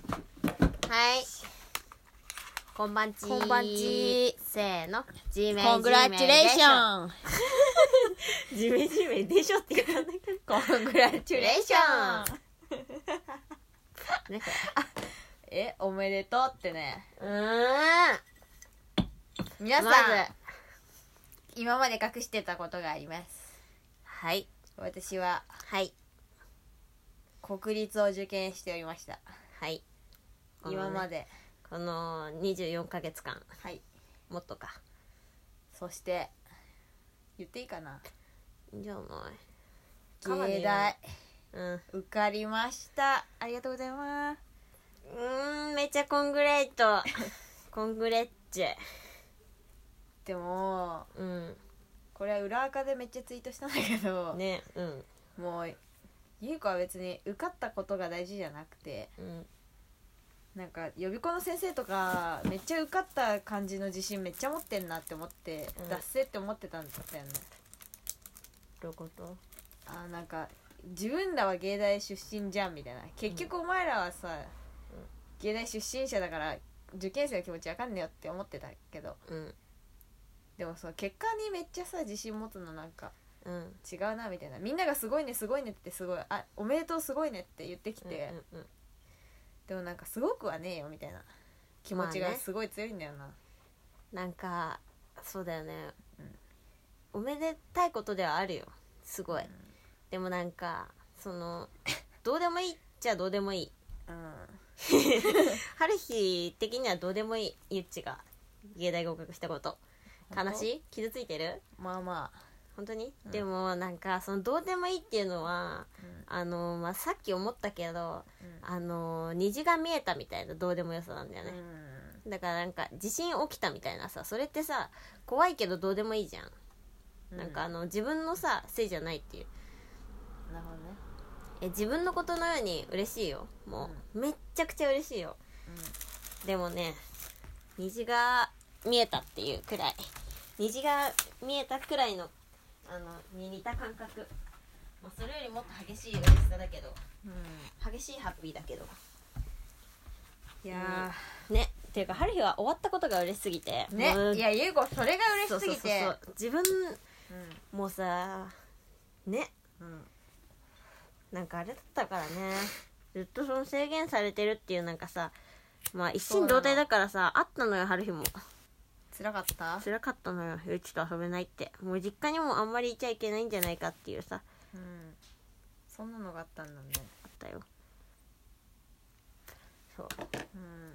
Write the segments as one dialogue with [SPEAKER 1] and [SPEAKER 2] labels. [SPEAKER 1] はい。こんばんち。
[SPEAKER 2] こんばんち。
[SPEAKER 1] せーの。ジメ
[SPEAKER 2] コングラチュレーシ
[SPEAKER 1] ン。
[SPEAKER 2] ョン
[SPEAKER 1] ジメジメでしょって言わなき
[SPEAKER 2] コングラチュレーション
[SPEAKER 1] ゃ。ね、こ
[SPEAKER 2] え、おめでとうってね。
[SPEAKER 1] れうーん。
[SPEAKER 2] 皆さん、
[SPEAKER 1] まず
[SPEAKER 2] 今まで隠してたことがあります。
[SPEAKER 1] はい。
[SPEAKER 2] 私は
[SPEAKER 1] はい。
[SPEAKER 2] 国立を受験しておりました。
[SPEAKER 1] はい。このね
[SPEAKER 2] 今まで。
[SPEAKER 1] この24ヶ月間、
[SPEAKER 2] はい。
[SPEAKER 1] もっとか。
[SPEAKER 2] そして、言っていいかな
[SPEAKER 1] じゃあもかなり
[SPEAKER 2] 芸大、
[SPEAKER 1] う。うん。
[SPEAKER 2] 受かりました。ありがとうございます。
[SPEAKER 1] うーん、めちゃコングレート。 コングレッチェ。
[SPEAKER 2] でも、
[SPEAKER 1] うん。
[SPEAKER 2] これは裏垢でめっちゃツイートしたんだけど、
[SPEAKER 1] ね、うん。
[SPEAKER 2] もう、ゆうこは別に受かったことが大事じゃなくて、
[SPEAKER 1] うん。
[SPEAKER 2] なんか予備校の先生とかめっちゃ受かった感じの自信めっちゃ持ってんなって思って、
[SPEAKER 1] うん
[SPEAKER 2] 脱せって思ってたんだよね
[SPEAKER 1] どういうこと
[SPEAKER 2] あーなんか自分らは芸大出身じゃんみたいな結局お前らはさ、芸大出身者だから受験生の気持ちわかんねえよって思ってたけど
[SPEAKER 1] うん。
[SPEAKER 2] でもその結果にめっちゃさ自信持つのなんか
[SPEAKER 1] うん。
[SPEAKER 2] 違うなみたいなみんながすごいねすごいねってすごいあおめでとうすごいねって言ってきて、
[SPEAKER 1] うんうん
[SPEAKER 2] でもなんかすごくはねえよみたいな気持ち
[SPEAKER 1] まあ
[SPEAKER 2] が
[SPEAKER 1] ね
[SPEAKER 2] すごい強いんだよな、
[SPEAKER 1] なんかそうだよね、
[SPEAKER 2] うん
[SPEAKER 1] おめでたいことではあるよすごい、
[SPEAKER 2] うん
[SPEAKER 1] でもなんかそのどうでもいいっちゃどうでもいい
[SPEAKER 2] うん
[SPEAKER 1] 春日的にはどうでもいいゆっちが芸大合格したこと悲しい傷ついてる
[SPEAKER 2] まあまあ、
[SPEAKER 1] 本当に、
[SPEAKER 2] うん
[SPEAKER 1] でもなんかそのどうでもいいっていうのはあのまあ、さっき思ったけど
[SPEAKER 2] う
[SPEAKER 1] あの虹が見えたみたいなどうでもよさなんだよね
[SPEAKER 2] ん、
[SPEAKER 1] だからなんか地震起きたみたいなさそれってさ怖いけどどうでもいいじゃん
[SPEAKER 2] うん、
[SPEAKER 1] なんかあの自分のさせいじゃないっていう
[SPEAKER 2] なるほどね、
[SPEAKER 1] え自分のことのように嬉しいよもう、めっちゃくちゃ嬉しいよでもね虹が見えたっていうくらい虹が見えたくらいのあのに似た感覚、まあ、それよりもっと激しい嬉しさだけど
[SPEAKER 2] うん
[SPEAKER 1] 激しいハッピーだけど
[SPEAKER 2] いや
[SPEAKER 1] ねっていうか春日は終わったことが嬉しすぎて
[SPEAKER 2] ーね
[SPEAKER 1] もう
[SPEAKER 2] いやゆうこそれが嬉しすぎて
[SPEAKER 1] そうそうそう自分もうさね
[SPEAKER 2] うんうん
[SPEAKER 1] なんかあれだったからねずっとその制限されてるっていうなんかさまあ一心同体だからさあったのよ春日も
[SPEAKER 2] 辛かった、
[SPEAKER 1] 辛かったのようちと遊べないってもう実家にもあんまりいちゃいけないんじゃないかっていうさ
[SPEAKER 2] うん、そんなのがあったんだね
[SPEAKER 1] あったよそう
[SPEAKER 2] うん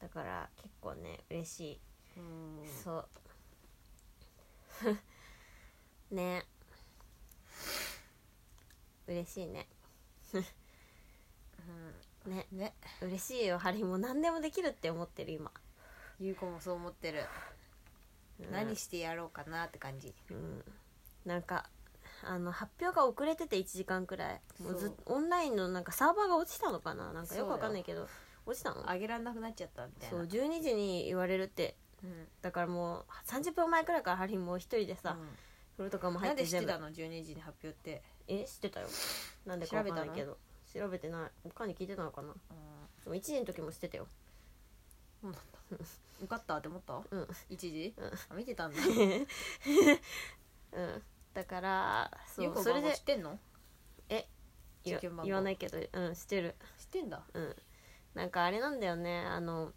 [SPEAKER 1] だから結構ね嬉しい、
[SPEAKER 2] うん
[SPEAKER 1] そう ね嬉しいねね
[SPEAKER 2] うんね
[SPEAKER 1] 嬉しいよ春日も何でもできるって思ってる今、
[SPEAKER 2] ゆうこもそう思ってる、
[SPEAKER 1] うん
[SPEAKER 2] 何してやろうかなって感じ
[SPEAKER 1] うん、なんかあの発表が遅れてて1時間くらいもうずっ
[SPEAKER 2] そ
[SPEAKER 1] オンラインのなんかサーバーが落ちたのかななんかよくわかんないけど落ちたの
[SPEAKER 2] あげらんなくなっちゃったみたいな
[SPEAKER 1] そう12時に言われるって
[SPEAKER 2] うん
[SPEAKER 1] だからもう30分前くらいからハリーもう一人でさ、
[SPEAKER 2] うん
[SPEAKER 1] 風呂とかも入
[SPEAKER 2] な
[SPEAKER 1] っ
[SPEAKER 2] ん
[SPEAKER 1] て
[SPEAKER 2] で知っ
[SPEAKER 1] 全
[SPEAKER 2] て
[SPEAKER 1] 部
[SPEAKER 2] たの12時に発表って、
[SPEAKER 1] え知ってたよなんでかわかんないけど調べてない他に聞いてたのかな
[SPEAKER 2] うん
[SPEAKER 1] でも1時の時も知ってたよ
[SPEAKER 2] そうなんだ受かったって思った
[SPEAKER 1] うん
[SPEAKER 2] 1時、
[SPEAKER 1] うん
[SPEAKER 2] あ見てた んだ
[SPEAKER 1] うんだからそ
[SPEAKER 2] ゆう
[SPEAKER 1] う
[SPEAKER 2] こ
[SPEAKER 1] そ
[SPEAKER 2] そ
[SPEAKER 1] れ
[SPEAKER 2] れで
[SPEAKER 1] で
[SPEAKER 2] 知ってんの
[SPEAKER 1] いや
[SPEAKER 2] 受験番号
[SPEAKER 1] 言わないけどうん知ってる
[SPEAKER 2] 知ってんだ
[SPEAKER 1] うん、なんかあれなんだよねあの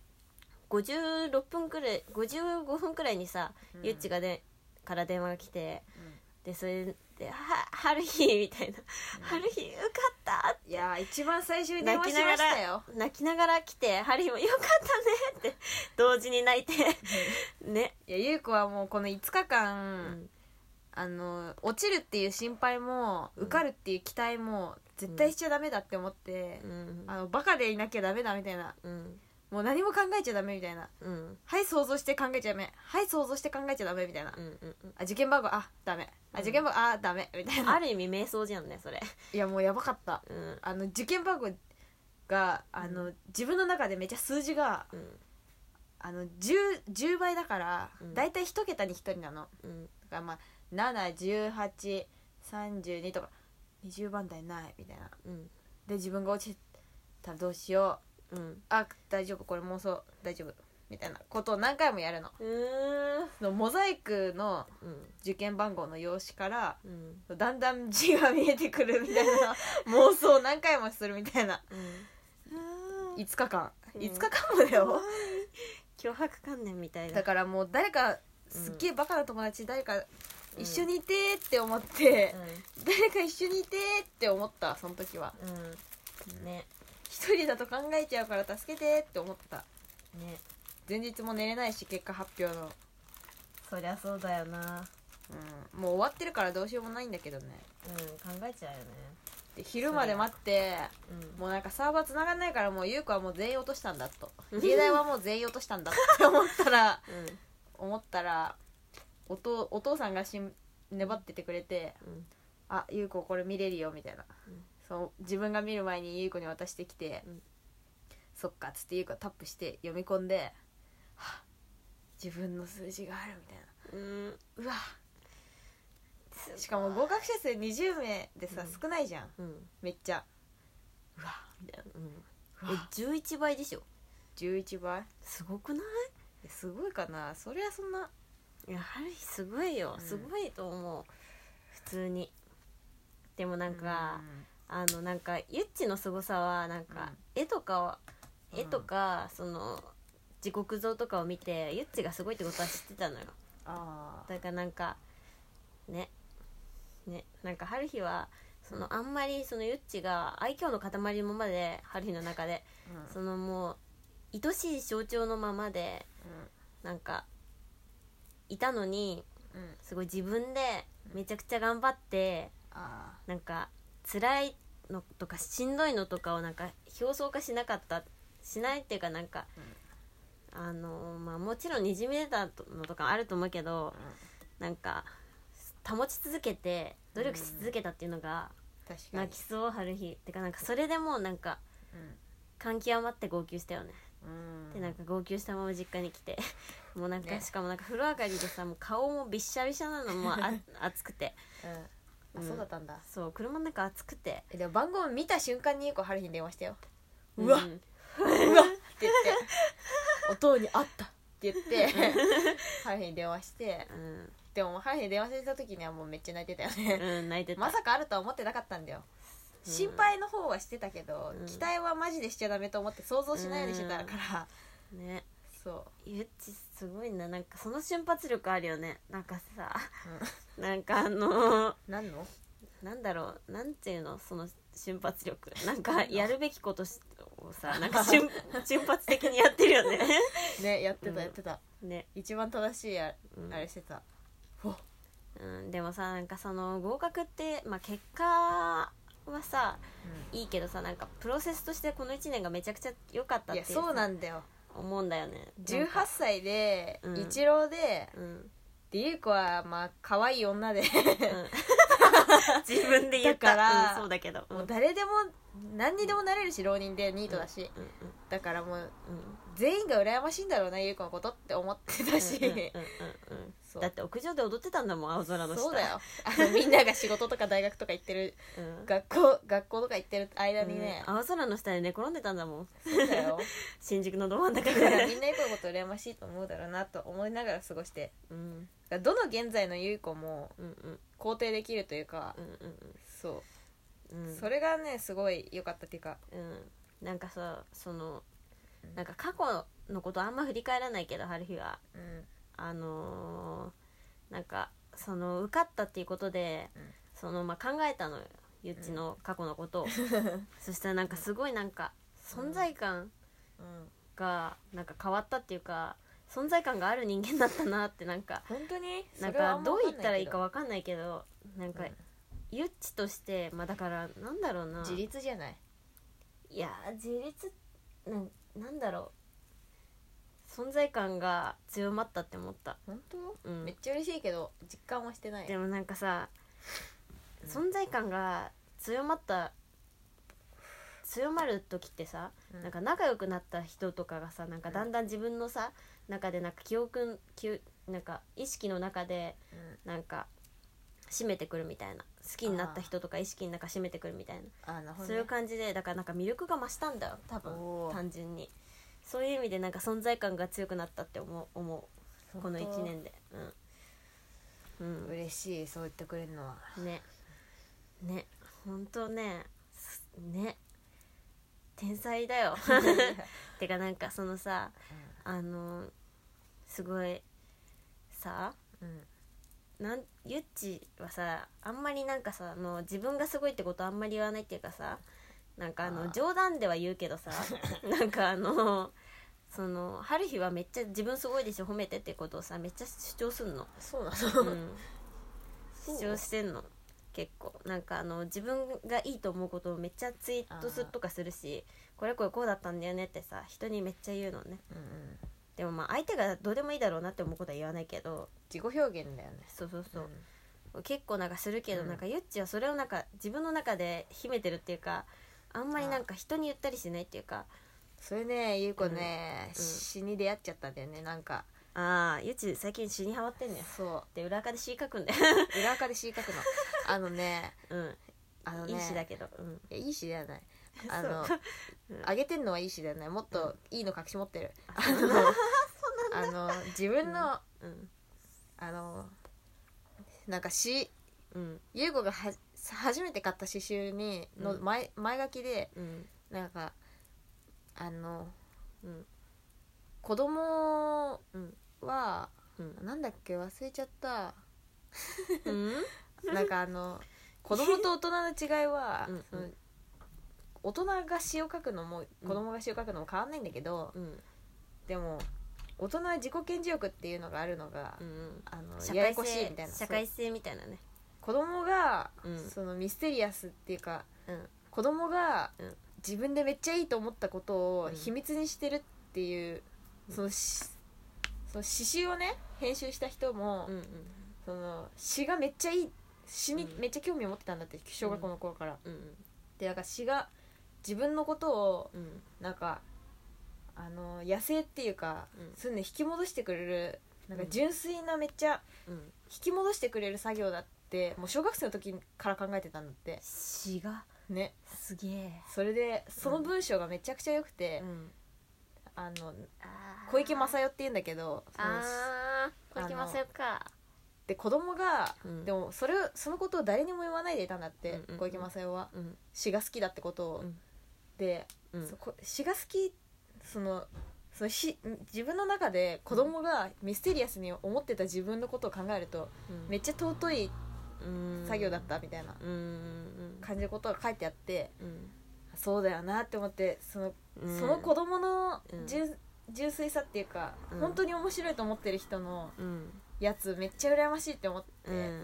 [SPEAKER 1] 56分くらい55分くらいにさ、
[SPEAKER 2] うん
[SPEAKER 1] ゆっちがでから電話が来て
[SPEAKER 2] う
[SPEAKER 1] でそれで「は春日」みたいな「春日受かった!」
[SPEAKER 2] んいやー一番最初に電話しましたよ
[SPEAKER 1] 泣きながら来て春日も「よかったね」って同時に泣いてね、
[SPEAKER 2] いやゆうこはもうこの5日間、
[SPEAKER 1] うん
[SPEAKER 2] あの落ちるっていう心配も
[SPEAKER 1] うん
[SPEAKER 2] 受かるっていう期待も絶対しちゃダメだって思って
[SPEAKER 1] う、ん
[SPEAKER 2] あのバカでいなきゃダメだみたいな
[SPEAKER 1] うん
[SPEAKER 2] もう何も考えちゃダメみたいな
[SPEAKER 1] うん
[SPEAKER 2] はい想像して考えちゃダメはい想像して考えちゃダメみたいな、
[SPEAKER 1] うんうんうん
[SPEAKER 2] あ受験番号あダメ
[SPEAKER 1] う
[SPEAKER 2] あ
[SPEAKER 1] ん
[SPEAKER 2] 受験番号、あダメみたいな
[SPEAKER 1] ある意味瞑想じゃんねそれ、
[SPEAKER 2] いやもうやばかった
[SPEAKER 1] うん
[SPEAKER 2] あの受験番号があの、自分の中でめっちゃ数字が
[SPEAKER 1] うん
[SPEAKER 2] あの 10, 10倍だから、
[SPEAKER 1] うん
[SPEAKER 2] だいたい1桁に1人なの
[SPEAKER 1] うん
[SPEAKER 2] だからまあ71832とか20番台ないみたいな
[SPEAKER 1] うん
[SPEAKER 2] で自分が落ちたらどうしよ
[SPEAKER 1] うん
[SPEAKER 2] あ大丈夫これ妄想大丈夫みたいなことを何回もやるの
[SPEAKER 1] うーん
[SPEAKER 2] そのモザイクの
[SPEAKER 1] うん
[SPEAKER 2] 受験番号の用紙から
[SPEAKER 1] うん
[SPEAKER 2] だんだん字が見えてくるみたい な妄想を何回もするみたいな
[SPEAKER 1] うん
[SPEAKER 2] 5日間
[SPEAKER 1] うん
[SPEAKER 2] 5日間もだよ
[SPEAKER 1] 脅迫観念みたいな
[SPEAKER 2] だからもう誰か
[SPEAKER 1] うん
[SPEAKER 2] すっげえバカな友達誰か一緒にいてーって思って、誰か一緒にいてーって思ったその時は
[SPEAKER 1] うんうんね
[SPEAKER 2] 一人だと考えちゃうから助けてーって思った
[SPEAKER 1] ね
[SPEAKER 2] 前日も寝れないし結果発表の、
[SPEAKER 1] そりゃそうだよな
[SPEAKER 2] うん、もう終わってるからどうしようもないんだけどね
[SPEAKER 1] うん考えちゃうよね
[SPEAKER 2] で昼まで待って
[SPEAKER 1] うん
[SPEAKER 2] もうなんかサーバー繋がんないからもう優子はもう全員落としたんだと芸大はもう全員落としたんだって思ったら
[SPEAKER 1] うん
[SPEAKER 2] 思ったらおとお父さんがしん粘っててくれて
[SPEAKER 1] うん
[SPEAKER 2] 「あ優子これ見れるよ」みたいな、
[SPEAKER 1] うん
[SPEAKER 2] そう自分が見る前に優子に渡してきて「
[SPEAKER 1] うん
[SPEAKER 2] そっか」っつって優子がタップして読み込んで「はっ自分の数字がある」みたいな
[SPEAKER 1] うん
[SPEAKER 2] うわしかも合格者数20名でさ、
[SPEAKER 1] うん
[SPEAKER 2] 少ないじゃん
[SPEAKER 1] うん
[SPEAKER 2] めっちゃうわみたいな
[SPEAKER 1] うん
[SPEAKER 2] う
[SPEAKER 1] え
[SPEAKER 2] わ
[SPEAKER 1] 11倍でしょ
[SPEAKER 2] 11倍
[SPEAKER 1] すごくない
[SPEAKER 2] えすごいかなそりゃそんな
[SPEAKER 1] やはりすごいよ
[SPEAKER 2] うん
[SPEAKER 1] すごいと思う普通にでもなんか、あのなんかゆっちの凄さはなんか、絵とかは
[SPEAKER 2] うん
[SPEAKER 1] 絵とか、その時刻像とかを見てゆっちがすごいってことは知ってたのよ
[SPEAKER 2] ああ
[SPEAKER 1] だからなんかねねなんか春日はそのあんまりそのゆっちが愛嬌の塊のままで春日の中でそのもう愛しい象徴のままでなんかいたのに
[SPEAKER 2] うんうん
[SPEAKER 1] すごい自分でめちゃくちゃ頑張って
[SPEAKER 2] あ
[SPEAKER 1] なんか辛いのとかしんどいのとかをなんか表層化しなかったしないっていうかなんか、あのまあもちろんにじみ出たのとかあると思うけど
[SPEAKER 2] あ、うん
[SPEAKER 1] なんか保ち続けて努力し続けたっていうのが
[SPEAKER 2] 確かに
[SPEAKER 1] 泣きそう春日ってかなんかそれでもうなんか感極まって号泣したよね、
[SPEAKER 2] うん
[SPEAKER 1] でなんか号泣したまま実家に来 てもうなんか、
[SPEAKER 2] ね
[SPEAKER 1] しかもなんか風呂上がりでさもう顔もびっしゃびしゃなのもあ暑く て
[SPEAKER 2] うんあそうだったんだ
[SPEAKER 1] そう車の中暑くて
[SPEAKER 2] えでも番号見た瞬間にゆうこ春日に電話したよ
[SPEAKER 1] ん
[SPEAKER 2] うわって言ってお父に会ったって言って春日に電話して
[SPEAKER 1] うん、
[SPEAKER 2] でももう春日に電話してた時にはもうめっちゃ泣いてたよね
[SPEAKER 1] うん、泣いてた、
[SPEAKER 2] まさかあるとは思ってなかったんだよ
[SPEAKER 1] うん
[SPEAKER 2] 心配の方はしてたけど、
[SPEAKER 1] うん
[SPEAKER 2] 期待はマジでしちゃダメと思って想像しないようにしてたから、
[SPEAKER 1] ね
[SPEAKER 2] そ
[SPEAKER 1] ゆっちすごいななんかその瞬発力あるよねなんかさ
[SPEAKER 2] う、
[SPEAKER 1] なんかあのー
[SPEAKER 2] 何の
[SPEAKER 1] なんだろうなんていうのその瞬発力なんかやるべきことしを さなんか瞬瞬発的にやってるよね
[SPEAKER 2] ねやって
[SPEAKER 1] うん
[SPEAKER 2] たやってた、
[SPEAKER 1] ね、
[SPEAKER 2] 一番正しいあ
[SPEAKER 1] うん
[SPEAKER 2] あれしてた、
[SPEAKER 1] うん、でもさなんかその合格って、まあ、結果はさいいけどさなんかプロセスとしてこの1年がめちゃくちゃ良かったっ
[SPEAKER 2] い
[SPEAKER 1] て
[SPEAKER 2] やそうなんんだよ
[SPEAKER 1] 思うんだよね
[SPEAKER 2] 18歳で、
[SPEAKER 1] うん
[SPEAKER 2] 一郎で
[SPEAKER 1] うん、うん、
[SPEAKER 2] でゆう子はまあ可愛い女で
[SPEAKER 1] 自分で言った
[SPEAKER 2] だから
[SPEAKER 1] うんそうだけど
[SPEAKER 2] もう誰でも何にでもなれるし浪人でニートだし、
[SPEAKER 1] うんうん
[SPEAKER 2] だからもう
[SPEAKER 1] うんうん
[SPEAKER 2] 全員が羨ましいんだろうなゆう子のことって思ってたし、
[SPEAKER 1] うんうんうんうん
[SPEAKER 2] そう
[SPEAKER 1] だって屋上で踊ってたんだもん青空の下
[SPEAKER 2] そうだよあのみんなが仕事とか大学とか行ってる
[SPEAKER 1] うん
[SPEAKER 2] 学校学校とか行ってる間にね、
[SPEAKER 1] うん青空の下で寝転んでたんだもん
[SPEAKER 2] そうだよ
[SPEAKER 1] 新宿のど真ん中
[SPEAKER 2] だから
[SPEAKER 1] で
[SPEAKER 2] みんなゆう子のこと羨ましいと思うだろうなと思いながら過ごして
[SPEAKER 1] うん
[SPEAKER 2] だからどの現在のゆう子も
[SPEAKER 1] うんうん
[SPEAKER 2] 肯定できるというか
[SPEAKER 1] うん
[SPEAKER 2] そ
[SPEAKER 1] うんう
[SPEAKER 2] うんそれがねすごい良かったっていうか
[SPEAKER 1] うんなんかさその
[SPEAKER 2] うん
[SPEAKER 1] なんか過去のことあんま振り返らないけど春日は
[SPEAKER 2] うん
[SPEAKER 1] あのーなんかその受かったっていうことで、
[SPEAKER 2] うん
[SPEAKER 1] そのまあ考えたのよゆっちの過去のことを、そしたらなんかすごいなんか存在感
[SPEAKER 2] うん
[SPEAKER 1] がなんか変わったっていうか存在感がある人間だったなってなんか
[SPEAKER 2] 本当に
[SPEAKER 1] なん
[SPEAKER 2] それはあ
[SPEAKER 1] か
[SPEAKER 2] ま
[SPEAKER 1] どう
[SPEAKER 2] 分
[SPEAKER 1] 言ったらいいか
[SPEAKER 2] んな
[SPEAKER 1] わかんないけどなんか
[SPEAKER 2] けど
[SPEAKER 1] ゆっちとしてまあだからなんだろう
[SPEAKER 2] うん
[SPEAKER 1] な
[SPEAKER 2] 自立じゃない
[SPEAKER 1] いやー自立なんなんだろう存在感が強まったって思った、
[SPEAKER 2] 本当
[SPEAKER 1] うん
[SPEAKER 2] めっ、ちゃ嬉しいけど実感はしてない
[SPEAKER 1] でもなんかさ、
[SPEAKER 2] うん
[SPEAKER 1] 存在感が強まった強まる時ってさ、
[SPEAKER 2] うん
[SPEAKER 1] なんか仲良くなった人とかがさなんかだんだん自分のさ中でなんか記憶記憶なんか意識の中で
[SPEAKER 2] うん
[SPEAKER 1] なんか締めてくるみたいな好きになった人とか意識の中締めてくるみたいな
[SPEAKER 2] あなるほど
[SPEAKER 1] そうい
[SPEAKER 2] ね
[SPEAKER 1] う感じでだからなんか魅力が増したんだよ多分
[SPEAKER 2] おー
[SPEAKER 1] 単純にそういう意味でなんか存在感が強くなったって思う思うこの1年でうん、う
[SPEAKER 2] 嬉しいそう言ってくれるのは
[SPEAKER 1] ん、ねね本当ねすね天才だよ てかなんかそのさあのすごいさ
[SPEAKER 2] うん
[SPEAKER 1] なんゆっちはさあんまりなんかさあの自分がすごいってことあんまり言わないっていうかさなんかあの
[SPEAKER 2] あー
[SPEAKER 1] 冗談では言うけどさなんかあのその春日はめっちゃ自分すごいでしょ褒めてってことをさめっちゃ主張すんの、
[SPEAKER 2] そうな
[SPEAKER 1] う
[SPEAKER 2] の、
[SPEAKER 1] ん、主張してんの結構なんかあの自分がいいと思うことをめっちゃツイートするとかするしこれこれこうだったんだよねってさ人にめっちゃ言うのね
[SPEAKER 2] うんうん、
[SPEAKER 1] でもまあ相手がどうでもいいだろうなって思うことは言わないけど
[SPEAKER 2] 自己表現だよね
[SPEAKER 1] そうそうそう、
[SPEAKER 2] ん
[SPEAKER 1] 結構なんかするけど、
[SPEAKER 2] うん
[SPEAKER 1] なんかゆっちはそれをなんか自分の中で秘めてるっていうかあんまりなんか人に言ったりしないっていうか
[SPEAKER 2] それねゆうこね、
[SPEAKER 1] うん
[SPEAKER 2] 詩に出会っちゃったんだよねなんか
[SPEAKER 1] ああーゆっち最近詩にハマってんねんっ
[SPEAKER 2] そ
[SPEAKER 1] て裏垢で詩書くんだよ、
[SPEAKER 2] う裏垢で詩 書くのあのね
[SPEAKER 1] うん
[SPEAKER 2] あのね
[SPEAKER 1] いい詩だけど、 うん、
[SPEAKER 2] いやいい詩ではないあの
[SPEAKER 1] そう
[SPEAKER 2] あげてんのはいい詩ではないもっといいの隠し持ってる、あのあの自分の、
[SPEAKER 1] うん
[SPEAKER 2] あのなんか詩
[SPEAKER 1] うん
[SPEAKER 2] ゆうこがは初めて買った詩集にの
[SPEAKER 1] うん
[SPEAKER 2] 前,、前書きで
[SPEAKER 1] うん
[SPEAKER 2] なんかあの
[SPEAKER 1] うん
[SPEAKER 2] 子供
[SPEAKER 1] うん
[SPEAKER 2] は
[SPEAKER 1] うん
[SPEAKER 2] なんだっけ忘れちゃった
[SPEAKER 1] うん
[SPEAKER 2] なんか あの子供と大人の違いは
[SPEAKER 1] うん
[SPEAKER 2] その大人が詩を書くのも子供が詩を書くのも変わんないんだけど、
[SPEAKER 1] うん
[SPEAKER 2] でも大人は自己顕示欲っていうのがあるのが、
[SPEAKER 1] うん
[SPEAKER 2] あの
[SPEAKER 1] 社
[SPEAKER 2] やや
[SPEAKER 1] 会
[SPEAKER 2] こしいみたい
[SPEAKER 1] 性
[SPEAKER 2] な
[SPEAKER 1] 社会性みたいなね
[SPEAKER 2] そう子供が、
[SPEAKER 1] うん
[SPEAKER 2] そのミステリアスっていうか
[SPEAKER 1] うん
[SPEAKER 2] 子供が、
[SPEAKER 1] うん
[SPEAKER 2] 自分でめっちゃいいと思ったことを
[SPEAKER 1] うん
[SPEAKER 2] 秘密にしてるっていう、そのしその詩集をね編集した人も、
[SPEAKER 1] うんうん
[SPEAKER 2] その詩がめっちゃいい詩に
[SPEAKER 1] うん
[SPEAKER 2] めっちゃ興味を持ってたんだって小学校の頃から。
[SPEAKER 1] うん
[SPEAKER 2] でなんか詩が自分のことを
[SPEAKER 1] うん
[SPEAKER 2] なんかあの野生っていうか、
[SPEAKER 1] うん
[SPEAKER 2] そういうの引き戻してくれるなんか
[SPEAKER 1] うん
[SPEAKER 2] 純粋なめっちゃ
[SPEAKER 1] うん
[SPEAKER 2] 引き戻してくれる作業だってもう小学生の時から考えてたんだって
[SPEAKER 1] 詩が
[SPEAKER 2] ね
[SPEAKER 1] すげえ
[SPEAKER 2] それでその文章がめちゃくちゃ良くて、
[SPEAKER 1] ん
[SPEAKER 2] あ
[SPEAKER 1] あ
[SPEAKER 2] の
[SPEAKER 1] ー
[SPEAKER 2] 小池正代って言うんだけどその
[SPEAKER 1] あー小池
[SPEAKER 2] あの
[SPEAKER 1] 正代か
[SPEAKER 2] で子供が、
[SPEAKER 1] うん
[SPEAKER 2] でもそれをそのことを誰にも言わないでいたんだって、
[SPEAKER 1] うんうんうん
[SPEAKER 2] 小池正代は
[SPEAKER 1] うん
[SPEAKER 2] 詩が好きだってことを、
[SPEAKER 1] うん
[SPEAKER 2] で
[SPEAKER 1] うん
[SPEAKER 2] そこ詩が好きそのそのひ自分の中で子供がミステリアスに思ってた自分のことを考えると、めっちゃ尊い
[SPEAKER 1] うん
[SPEAKER 2] 作業だったみたいな
[SPEAKER 1] うんうん
[SPEAKER 2] 感じることが書いてあって
[SPEAKER 1] うん
[SPEAKER 2] そうだよなって思ってその,、
[SPEAKER 1] うん
[SPEAKER 2] その子供の
[SPEAKER 1] うん
[SPEAKER 2] 純純粋さっていうか、
[SPEAKER 1] うん
[SPEAKER 2] 本当に面白いと思ってる人の
[SPEAKER 1] うん
[SPEAKER 2] やつめっちゃ羨ましいって思って、
[SPEAKER 1] うん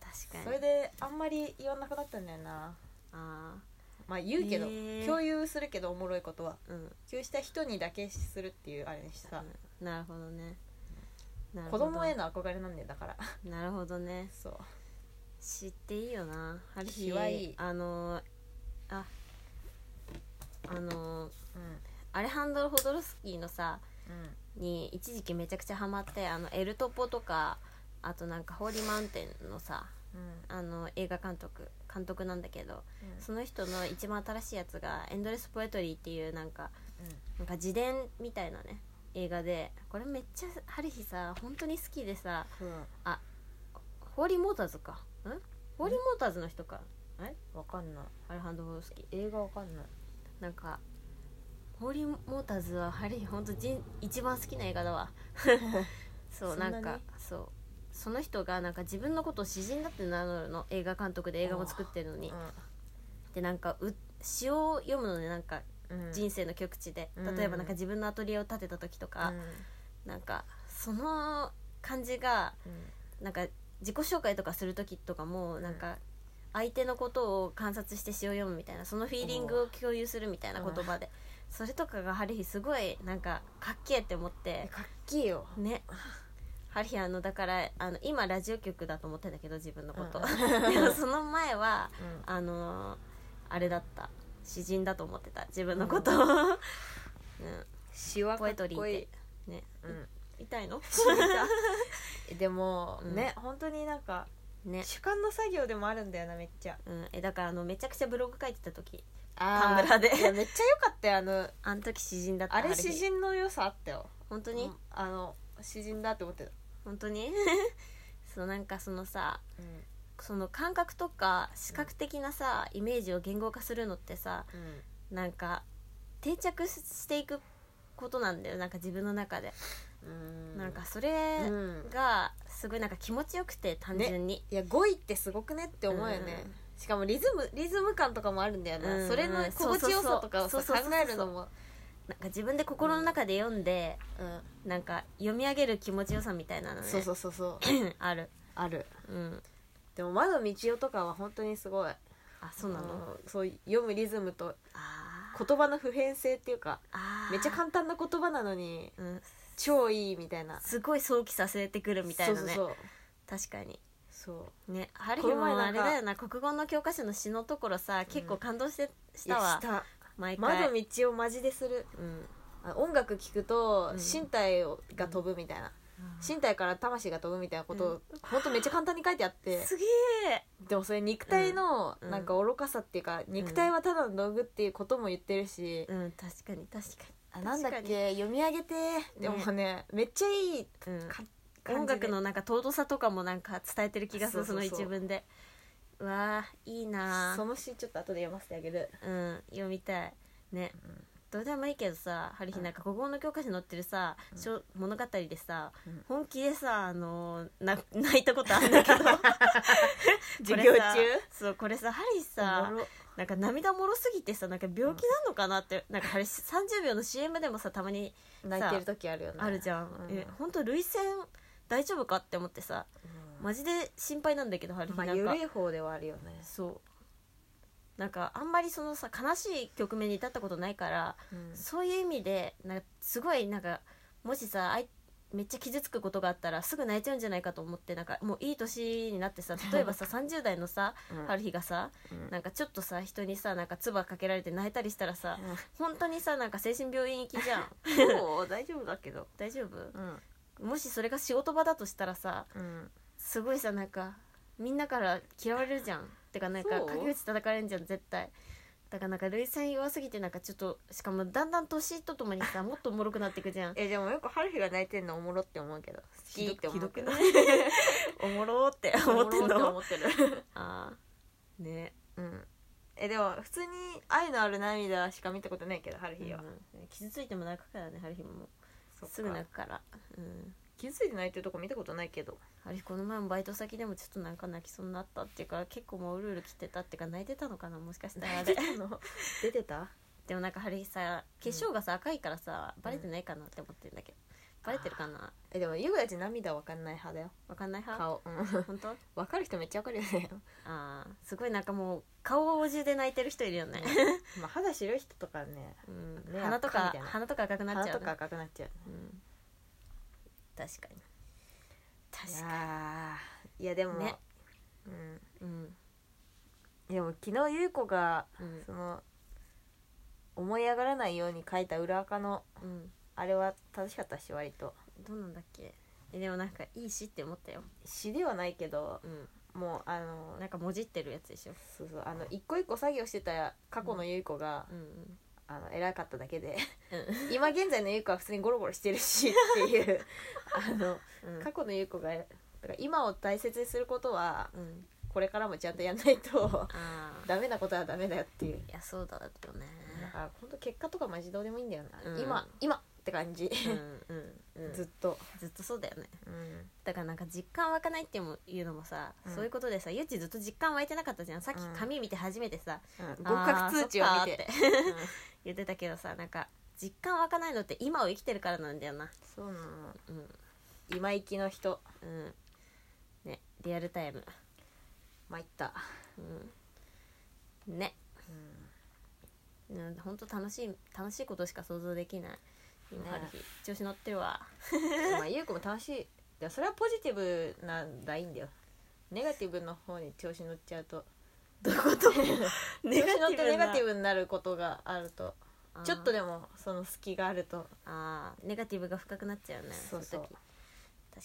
[SPEAKER 1] 確かに
[SPEAKER 2] それであんまり言わなくなったんだよな
[SPEAKER 1] あ
[SPEAKER 2] まあ言うけど、
[SPEAKER 1] へー
[SPEAKER 2] 共有するけどおもろいことは
[SPEAKER 1] あうん
[SPEAKER 2] 共有した人にだけするっていうあれにした、
[SPEAKER 1] うんなるほどねなるほ
[SPEAKER 2] 子
[SPEAKER 1] ど
[SPEAKER 2] 供への憧れなんだよだから
[SPEAKER 1] なるほどね
[SPEAKER 2] そう
[SPEAKER 1] 知っていいよなある日
[SPEAKER 2] 日はいい
[SPEAKER 1] あのーああのー
[SPEAKER 2] う
[SPEAKER 1] アレハンドロ・ホドロフスキーのさ
[SPEAKER 2] んうん
[SPEAKER 1] に一時期めちゃくちゃハマってあのエルトポとかあとなんかホーリーマウンテンのさ
[SPEAKER 2] うん
[SPEAKER 1] あの映画監督監督なんだけど
[SPEAKER 2] うん
[SPEAKER 1] その人の一番新しいやつが「エンドレス・ポエトリー」っていうなんか
[SPEAKER 2] う
[SPEAKER 1] なんか自伝みたいなね映画でこれめっちゃ春日さ本当に好きでさ
[SPEAKER 2] んうん
[SPEAKER 1] ホーリーモーターズかんホーリーモーターズの人か
[SPEAKER 2] わかんない
[SPEAKER 1] アルハンド・ホルスキー
[SPEAKER 2] 映画わかんない
[SPEAKER 1] なんかホーリーモーターズは春日本当人一番好きな映画だ わそう
[SPEAKER 2] そんな
[SPEAKER 1] な
[SPEAKER 2] に
[SPEAKER 1] んかそうその人がなんか自分のことを詩人だって名乗るの映画監督で映画も作ってるのにでなんかう詩を読むのねなんか
[SPEAKER 2] うんうん
[SPEAKER 1] 人生の極地で、例えばなんか自分のアトリエを建てた時とか
[SPEAKER 2] うん、
[SPEAKER 1] なんかその感じが
[SPEAKER 2] うん
[SPEAKER 1] なんか自己紹介とかする時とかもなんか相手のことを観察して詩を読むみたいなそのフィーリングを共有するみたいな言葉でそれとかがハリヒすごいなんかかっけえって思って
[SPEAKER 2] えかっきいよ
[SPEAKER 1] ねハリヒあのだからあの今ラジオ局だと思ってんだけど自分のこと、 でもその前は
[SPEAKER 2] うん
[SPEAKER 1] あのーあれだった詩人だと思ってた自分のことを、う
[SPEAKER 2] 詩は
[SPEAKER 1] ん、ポエトリーで
[SPEAKER 2] い
[SPEAKER 1] ね、
[SPEAKER 2] うん
[SPEAKER 1] 痛いの
[SPEAKER 2] でも
[SPEAKER 1] うん
[SPEAKER 2] ね本当になんか
[SPEAKER 1] ね、
[SPEAKER 2] 主観の作業でもあるんだよなめっちゃ
[SPEAKER 1] うん、えだからあのめちゃくちゃブログ書いてた時
[SPEAKER 2] あー
[SPEAKER 1] タンブラーで
[SPEAKER 2] いやめっちゃ良かったよあの
[SPEAKER 1] あの時詩人だった
[SPEAKER 2] あれ
[SPEAKER 1] 日
[SPEAKER 2] 詩人の良さあったよ
[SPEAKER 1] 本当に、
[SPEAKER 2] うんあの詩人だって思ってた、
[SPEAKER 1] 本当に そうなんかそのさ
[SPEAKER 2] うん
[SPEAKER 1] その感覚とか視覚的なさ、イメージを言語化するのってさなんか定着ししていくことなんだよなんか自分の中で、
[SPEAKER 2] うん
[SPEAKER 1] なんかそれ
[SPEAKER 2] うん
[SPEAKER 1] がすごいなんか気持ちよくて単純に、
[SPEAKER 2] いや語彙ってすごくねって思うよね、しかもリズムリズム感とかもあるんだよな、
[SPEAKER 1] うん
[SPEAKER 2] それの心地よさとかを
[SPEAKER 1] そう
[SPEAKER 2] さ
[SPEAKER 1] そう
[SPEAKER 2] 考
[SPEAKER 1] そうそう
[SPEAKER 2] えるのも
[SPEAKER 1] なんか自分で心の中で読んで、
[SPEAKER 2] うん
[SPEAKER 1] なんか読み上げる気持ちよさみたいなのね
[SPEAKER 2] そうそうそうそう
[SPEAKER 1] ある
[SPEAKER 2] ある
[SPEAKER 1] うん
[SPEAKER 2] でも窓道夫とかは本当にすごい
[SPEAKER 1] あそうなの、あ
[SPEAKER 2] うんそう読むリズムと
[SPEAKER 1] あー
[SPEAKER 2] 言葉の普遍性っていうか
[SPEAKER 1] あー
[SPEAKER 2] めっちゃ簡単な言葉なのに
[SPEAKER 1] うん
[SPEAKER 2] 超いいみたいな
[SPEAKER 1] すごい想起させてくるみたいなね
[SPEAKER 2] そうそう
[SPEAKER 1] 確かに
[SPEAKER 2] そう
[SPEAKER 1] ねある日
[SPEAKER 2] この
[SPEAKER 1] も
[SPEAKER 2] 前
[SPEAKER 1] あ
[SPEAKER 2] なん
[SPEAKER 1] れ
[SPEAKER 2] か
[SPEAKER 1] だよな国語の教科書の詩のところさ結構感動して、し
[SPEAKER 2] そう
[SPEAKER 1] たわ
[SPEAKER 2] した
[SPEAKER 1] 毎回
[SPEAKER 2] 窓道夫マジでする
[SPEAKER 1] うん
[SPEAKER 2] あ音楽聴くと
[SPEAKER 1] うん
[SPEAKER 2] 身体をが飛ぶみたいな、身体から魂が飛ぶみたいなことを、
[SPEAKER 1] うん
[SPEAKER 2] ほんとめっちゃ簡単に書いて あって
[SPEAKER 1] すげえ
[SPEAKER 2] でもそれ肉体の
[SPEAKER 1] うん
[SPEAKER 2] なんか愚かさっていうか、肉体はただの道具っていうことも言ってるし、
[SPEAKER 1] うん確かに確か
[SPEAKER 2] あ
[SPEAKER 1] に
[SPEAKER 2] なんだっ
[SPEAKER 1] 確かに
[SPEAKER 2] け読み上げてでもねめっちゃいい
[SPEAKER 1] うん
[SPEAKER 2] か感じ
[SPEAKER 1] 音
[SPEAKER 2] で
[SPEAKER 1] 楽のなんか尊さとかもなんか伝えてる気がする
[SPEAKER 2] そ
[SPEAKER 1] そう
[SPEAKER 2] そう
[SPEAKER 1] の
[SPEAKER 2] そう
[SPEAKER 1] 一文でうわあいいな
[SPEAKER 2] その詩ちょっと後で読ませてあげる
[SPEAKER 1] うん読みたいね、
[SPEAKER 2] うん
[SPEAKER 1] どうでもいいけどさ春日なんか国語の教科書に載ってるさ、小物語でさ、
[SPEAKER 2] うん
[SPEAKER 1] 本気でさあのーな 泣いたことあるんだけどこれ
[SPEAKER 2] 授業中
[SPEAKER 1] さそうこれさハリーさ
[SPEAKER 2] おもろ
[SPEAKER 1] なんか涙もろすぎてさなんか病気なのかなって、なんかハリー30秒の CM でもさたまに
[SPEAKER 2] 泣いてる時あるよね
[SPEAKER 1] あるじゃん、
[SPEAKER 2] う
[SPEAKER 1] え本当涙腺大丈夫かって思ってさマジで心配なんだけどハリ
[SPEAKER 2] う
[SPEAKER 1] ー
[SPEAKER 2] んまあ
[SPEAKER 1] なんか
[SPEAKER 2] 緩い方ではあるよね、
[SPEAKER 1] そうなんかあんまりそのさ悲しい局面に至ったことないから
[SPEAKER 2] うん
[SPEAKER 1] そういう意味でなんかすごいなんかもしさあいめっちゃ傷つくことがあったらすぐ泣いちゃうんじゃないかと思ってなんかもういい年にな ってさ例えばさ30代のさ
[SPEAKER 2] うん
[SPEAKER 1] 春日がさ
[SPEAKER 2] うん
[SPEAKER 1] なんかちょっとさ人にさなんか唾かけられて泣いたりしたらさ
[SPEAKER 2] うん
[SPEAKER 1] 本当にさなんか精神病院行きじゃん
[SPEAKER 2] そう 大丈夫だけど
[SPEAKER 1] 大丈夫
[SPEAKER 2] うん
[SPEAKER 1] もしそれが仕事場だとしたらさ
[SPEAKER 2] うん
[SPEAKER 1] すごいさなんかみんなから嫌われるじゃんてかなんか
[SPEAKER 2] そう
[SPEAKER 1] 陰口叩かれるじゃん絶対だからなんか涙腺弱すぎてなんかちょっとしかもだんだん年とともにさもっとおもろくなっていくじゃん
[SPEAKER 2] えでもよく春日が泣いてんのおもろって思うけど好きって思うけど
[SPEAKER 1] ひどくないおもろーって思ってん
[SPEAKER 2] おもろ
[SPEAKER 1] の
[SPEAKER 2] 思ってる
[SPEAKER 1] あーね
[SPEAKER 2] うんえでも普通に愛のある涙しか見たことないけど春日は、
[SPEAKER 1] うん傷ついても泣くからね春日も
[SPEAKER 2] そっか
[SPEAKER 1] すぐ泣くからうん
[SPEAKER 2] 気づいて泣いてるとこ見たことないけど
[SPEAKER 1] 春日この前もバイト先でもちょっとなんか泣きそうになったっていうか結構もううるうる来てたっていうか泣いてたのかなもしかしたらあれ
[SPEAKER 2] の出てた
[SPEAKER 1] でもなんか春日さ化粧がさ、赤いからさバレてないかなって思ってるんだけど、バレてるかな
[SPEAKER 2] えでも優子たち涙わかんない派だよ
[SPEAKER 1] わかんない派
[SPEAKER 2] 顔うん
[SPEAKER 1] 本当
[SPEAKER 2] わかる人めっちゃわかるよね
[SPEAKER 1] あーすごいなんかもう顔中で泣いてる人いるよね、
[SPEAKER 2] まあ肌白い人とかね
[SPEAKER 1] うん
[SPEAKER 2] ね
[SPEAKER 1] 鼻と
[SPEAKER 2] 赤み
[SPEAKER 1] か
[SPEAKER 2] たいな
[SPEAKER 1] 鼻とか赤くなっ
[SPEAKER 2] 鼻
[SPEAKER 1] ちゃう、ね、
[SPEAKER 2] とか赤くなっちゃう
[SPEAKER 1] うん、確かに確
[SPEAKER 2] い
[SPEAKER 1] か
[SPEAKER 2] やーいやでも、
[SPEAKER 1] ね
[SPEAKER 2] うん
[SPEAKER 1] にうん
[SPEAKER 2] でも昨日優子が
[SPEAKER 1] うん
[SPEAKER 2] その思い上がらないように書いた裏垢の
[SPEAKER 1] うん
[SPEAKER 2] あれは正しかったし割と
[SPEAKER 1] どうなんだっけえでもなんかいいしって思ったよ、
[SPEAKER 2] 詩ではないけど
[SPEAKER 1] うん、
[SPEAKER 2] もうあの
[SPEAKER 1] なんかもじってるやつでしょ
[SPEAKER 2] そうそうあの一個一個作業してた過去の優子が
[SPEAKER 1] う、んうん
[SPEAKER 2] あの偉かっただけで
[SPEAKER 1] う
[SPEAKER 2] 今現在の優子は普通にゴロゴロしてるしっていう あの
[SPEAKER 1] んうん
[SPEAKER 2] 過去の優子がだから今を大切にすることは
[SPEAKER 1] うん
[SPEAKER 2] これからもちゃんとやんないと
[SPEAKER 1] ああ
[SPEAKER 2] ダメなことはダメだよっていう
[SPEAKER 1] いやそうだよね
[SPEAKER 2] だから本当結果とかマジどうでもいいんだよな、
[SPEAKER 1] うん
[SPEAKER 2] 今今って感じ、
[SPEAKER 1] うんうんうん
[SPEAKER 2] ずっと、
[SPEAKER 1] ずっとそうだよね
[SPEAKER 2] うん
[SPEAKER 1] だからなんか実感湧かないっていうのもいうのもさ、
[SPEAKER 2] うん
[SPEAKER 1] そういうことでさゆっちずっと実感湧いてなかったじゃんさっき
[SPEAKER 2] うん
[SPEAKER 1] 紙見て初めてさ、
[SPEAKER 2] 合格通知を見て
[SPEAKER 1] あーそっかーって言ってたけどさなんか実感湧かないのって今を生きてるからなんだよな
[SPEAKER 2] そうなの
[SPEAKER 1] うん
[SPEAKER 2] 今行きの人
[SPEAKER 1] うんねリアルタイム
[SPEAKER 2] 参った、
[SPEAKER 1] うんね
[SPEAKER 2] うん
[SPEAKER 1] うんほんと楽しい楽しいことしか想像できない今
[SPEAKER 2] ね
[SPEAKER 1] ある日、調子乗ってるわ
[SPEAKER 2] まあ優子も楽しいでもそれはポジティブなラインだよネガティブの方に調子乗っちゃうと
[SPEAKER 1] どういうこと
[SPEAKER 2] ネガティブネ
[SPEAKER 1] ネガティ
[SPEAKER 2] ガティ
[SPEAKER 1] ブ
[SPEAKER 2] ブになることがあると
[SPEAKER 1] な
[SPEAKER 2] ちょっとでもその隙があると
[SPEAKER 1] あーネガティブが深くなっちゃうね
[SPEAKER 2] そうそう
[SPEAKER 1] の時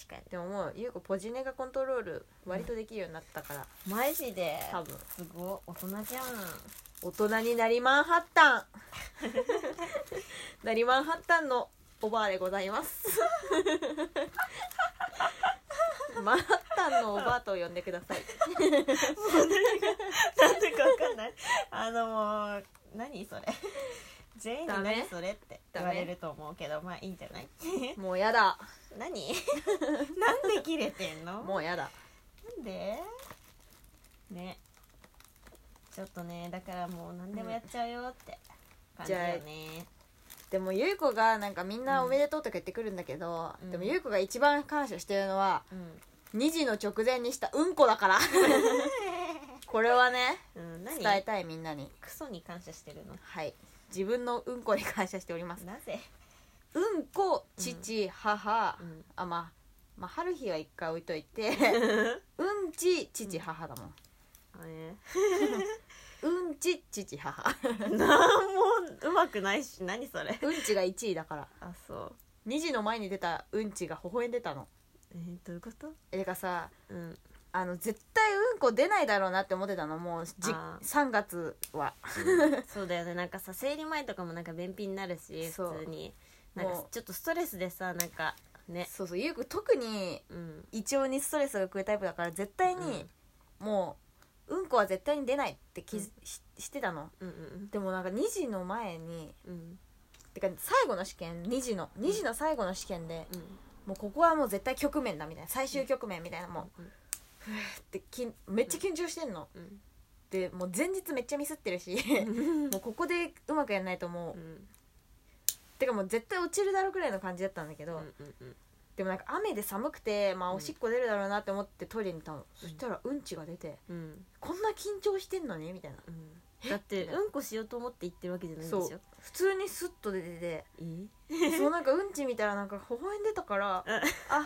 [SPEAKER 1] 確かに
[SPEAKER 2] でももう優子ポジネガコントロール割とできるようになったから
[SPEAKER 1] マジで
[SPEAKER 2] 多分
[SPEAKER 1] すごい大人じゃん
[SPEAKER 2] 大人になりマンハッタン なりマンハッタンのおばあでございます マンハッタンのおばあと呼んでください
[SPEAKER 3] なんでかわかんない あのもう何 それ全員に
[SPEAKER 2] ダメ
[SPEAKER 3] 何それって言われると思うけどまあいいんじゃない
[SPEAKER 2] もうやだ
[SPEAKER 1] 何
[SPEAKER 3] なんで切れてんの
[SPEAKER 2] もうやだ
[SPEAKER 3] なんでねちょっとねだからもう何でもやっちゃうよって感じよね、
[SPEAKER 2] でも優子がなんかみんなおめでとうとか言ってくるんだけど、
[SPEAKER 3] うん
[SPEAKER 2] でも優子が一番感謝してるのは
[SPEAKER 3] う
[SPEAKER 2] 2時の直前にしたうんこだから これはね
[SPEAKER 3] ん、うん、
[SPEAKER 2] 伝
[SPEAKER 3] 何
[SPEAKER 2] えたいみんなに
[SPEAKER 3] クソに感謝してるの
[SPEAKER 2] はい自分のうんこに感謝しております
[SPEAKER 3] なぜ、
[SPEAKER 2] うんこ父、母、
[SPEAKER 3] うん
[SPEAKER 2] あまあまあ春日は一回置いと いてうんち父母だもん
[SPEAKER 3] ね、
[SPEAKER 2] うんち父母
[SPEAKER 3] なんもうまくないし何それ
[SPEAKER 2] うんちが1位だから
[SPEAKER 3] あそう
[SPEAKER 2] 2時の前に出たうんちが微笑んでたの
[SPEAKER 3] えー、どういうこと
[SPEAKER 2] えてかさ
[SPEAKER 3] うん
[SPEAKER 2] あの絶対うんこ出ないだろうなって思ってたのもうじ
[SPEAKER 3] あー
[SPEAKER 2] 3月は
[SPEAKER 1] そうだよねなんかさ生理前とかもなんか便秘になるし
[SPEAKER 2] そう
[SPEAKER 1] 普通になんか
[SPEAKER 2] もう
[SPEAKER 1] ちょっとストレスでさなんかね
[SPEAKER 2] そうそうゆうくん特に
[SPEAKER 1] うん
[SPEAKER 2] 胃腸にストレスがくるタイプだから絶対にもううんこは絶対に出ないって気づ、ししてたの
[SPEAKER 1] うんうん
[SPEAKER 2] でもなんか2時の前に
[SPEAKER 1] うん
[SPEAKER 2] てか最後の試験2時の2時の最後の試験で、
[SPEAKER 1] うん
[SPEAKER 2] もうここはもう絶対局面だみたいな最終局面みたいな、も
[SPEAKER 1] うん
[SPEAKER 2] うできんめっちゃ緊張してんの、
[SPEAKER 1] うん
[SPEAKER 2] でもう前日めっちゃミスってるし
[SPEAKER 1] うん
[SPEAKER 2] もうここでうまくやんないともう、
[SPEAKER 1] うん
[SPEAKER 2] てかもう絶対落ちるだろうくらいの感じだったんだけど、
[SPEAKER 1] うん
[SPEAKER 2] でもなんか雨で寒くて、まあ、
[SPEAKER 1] うん
[SPEAKER 2] おしっこ出るだろうなって思ってトイレに行ったの、そしたらうんちが出て
[SPEAKER 1] うん
[SPEAKER 2] こんな緊張してんのにみたいな
[SPEAKER 1] うんだってうんこしようと思って言ってるわけじゃないんで
[SPEAKER 2] そ
[SPEAKER 1] しょ
[SPEAKER 2] う普通にスッと出てて。
[SPEAKER 1] え
[SPEAKER 2] そうなんかうんち見たらなんか微笑んでたからあ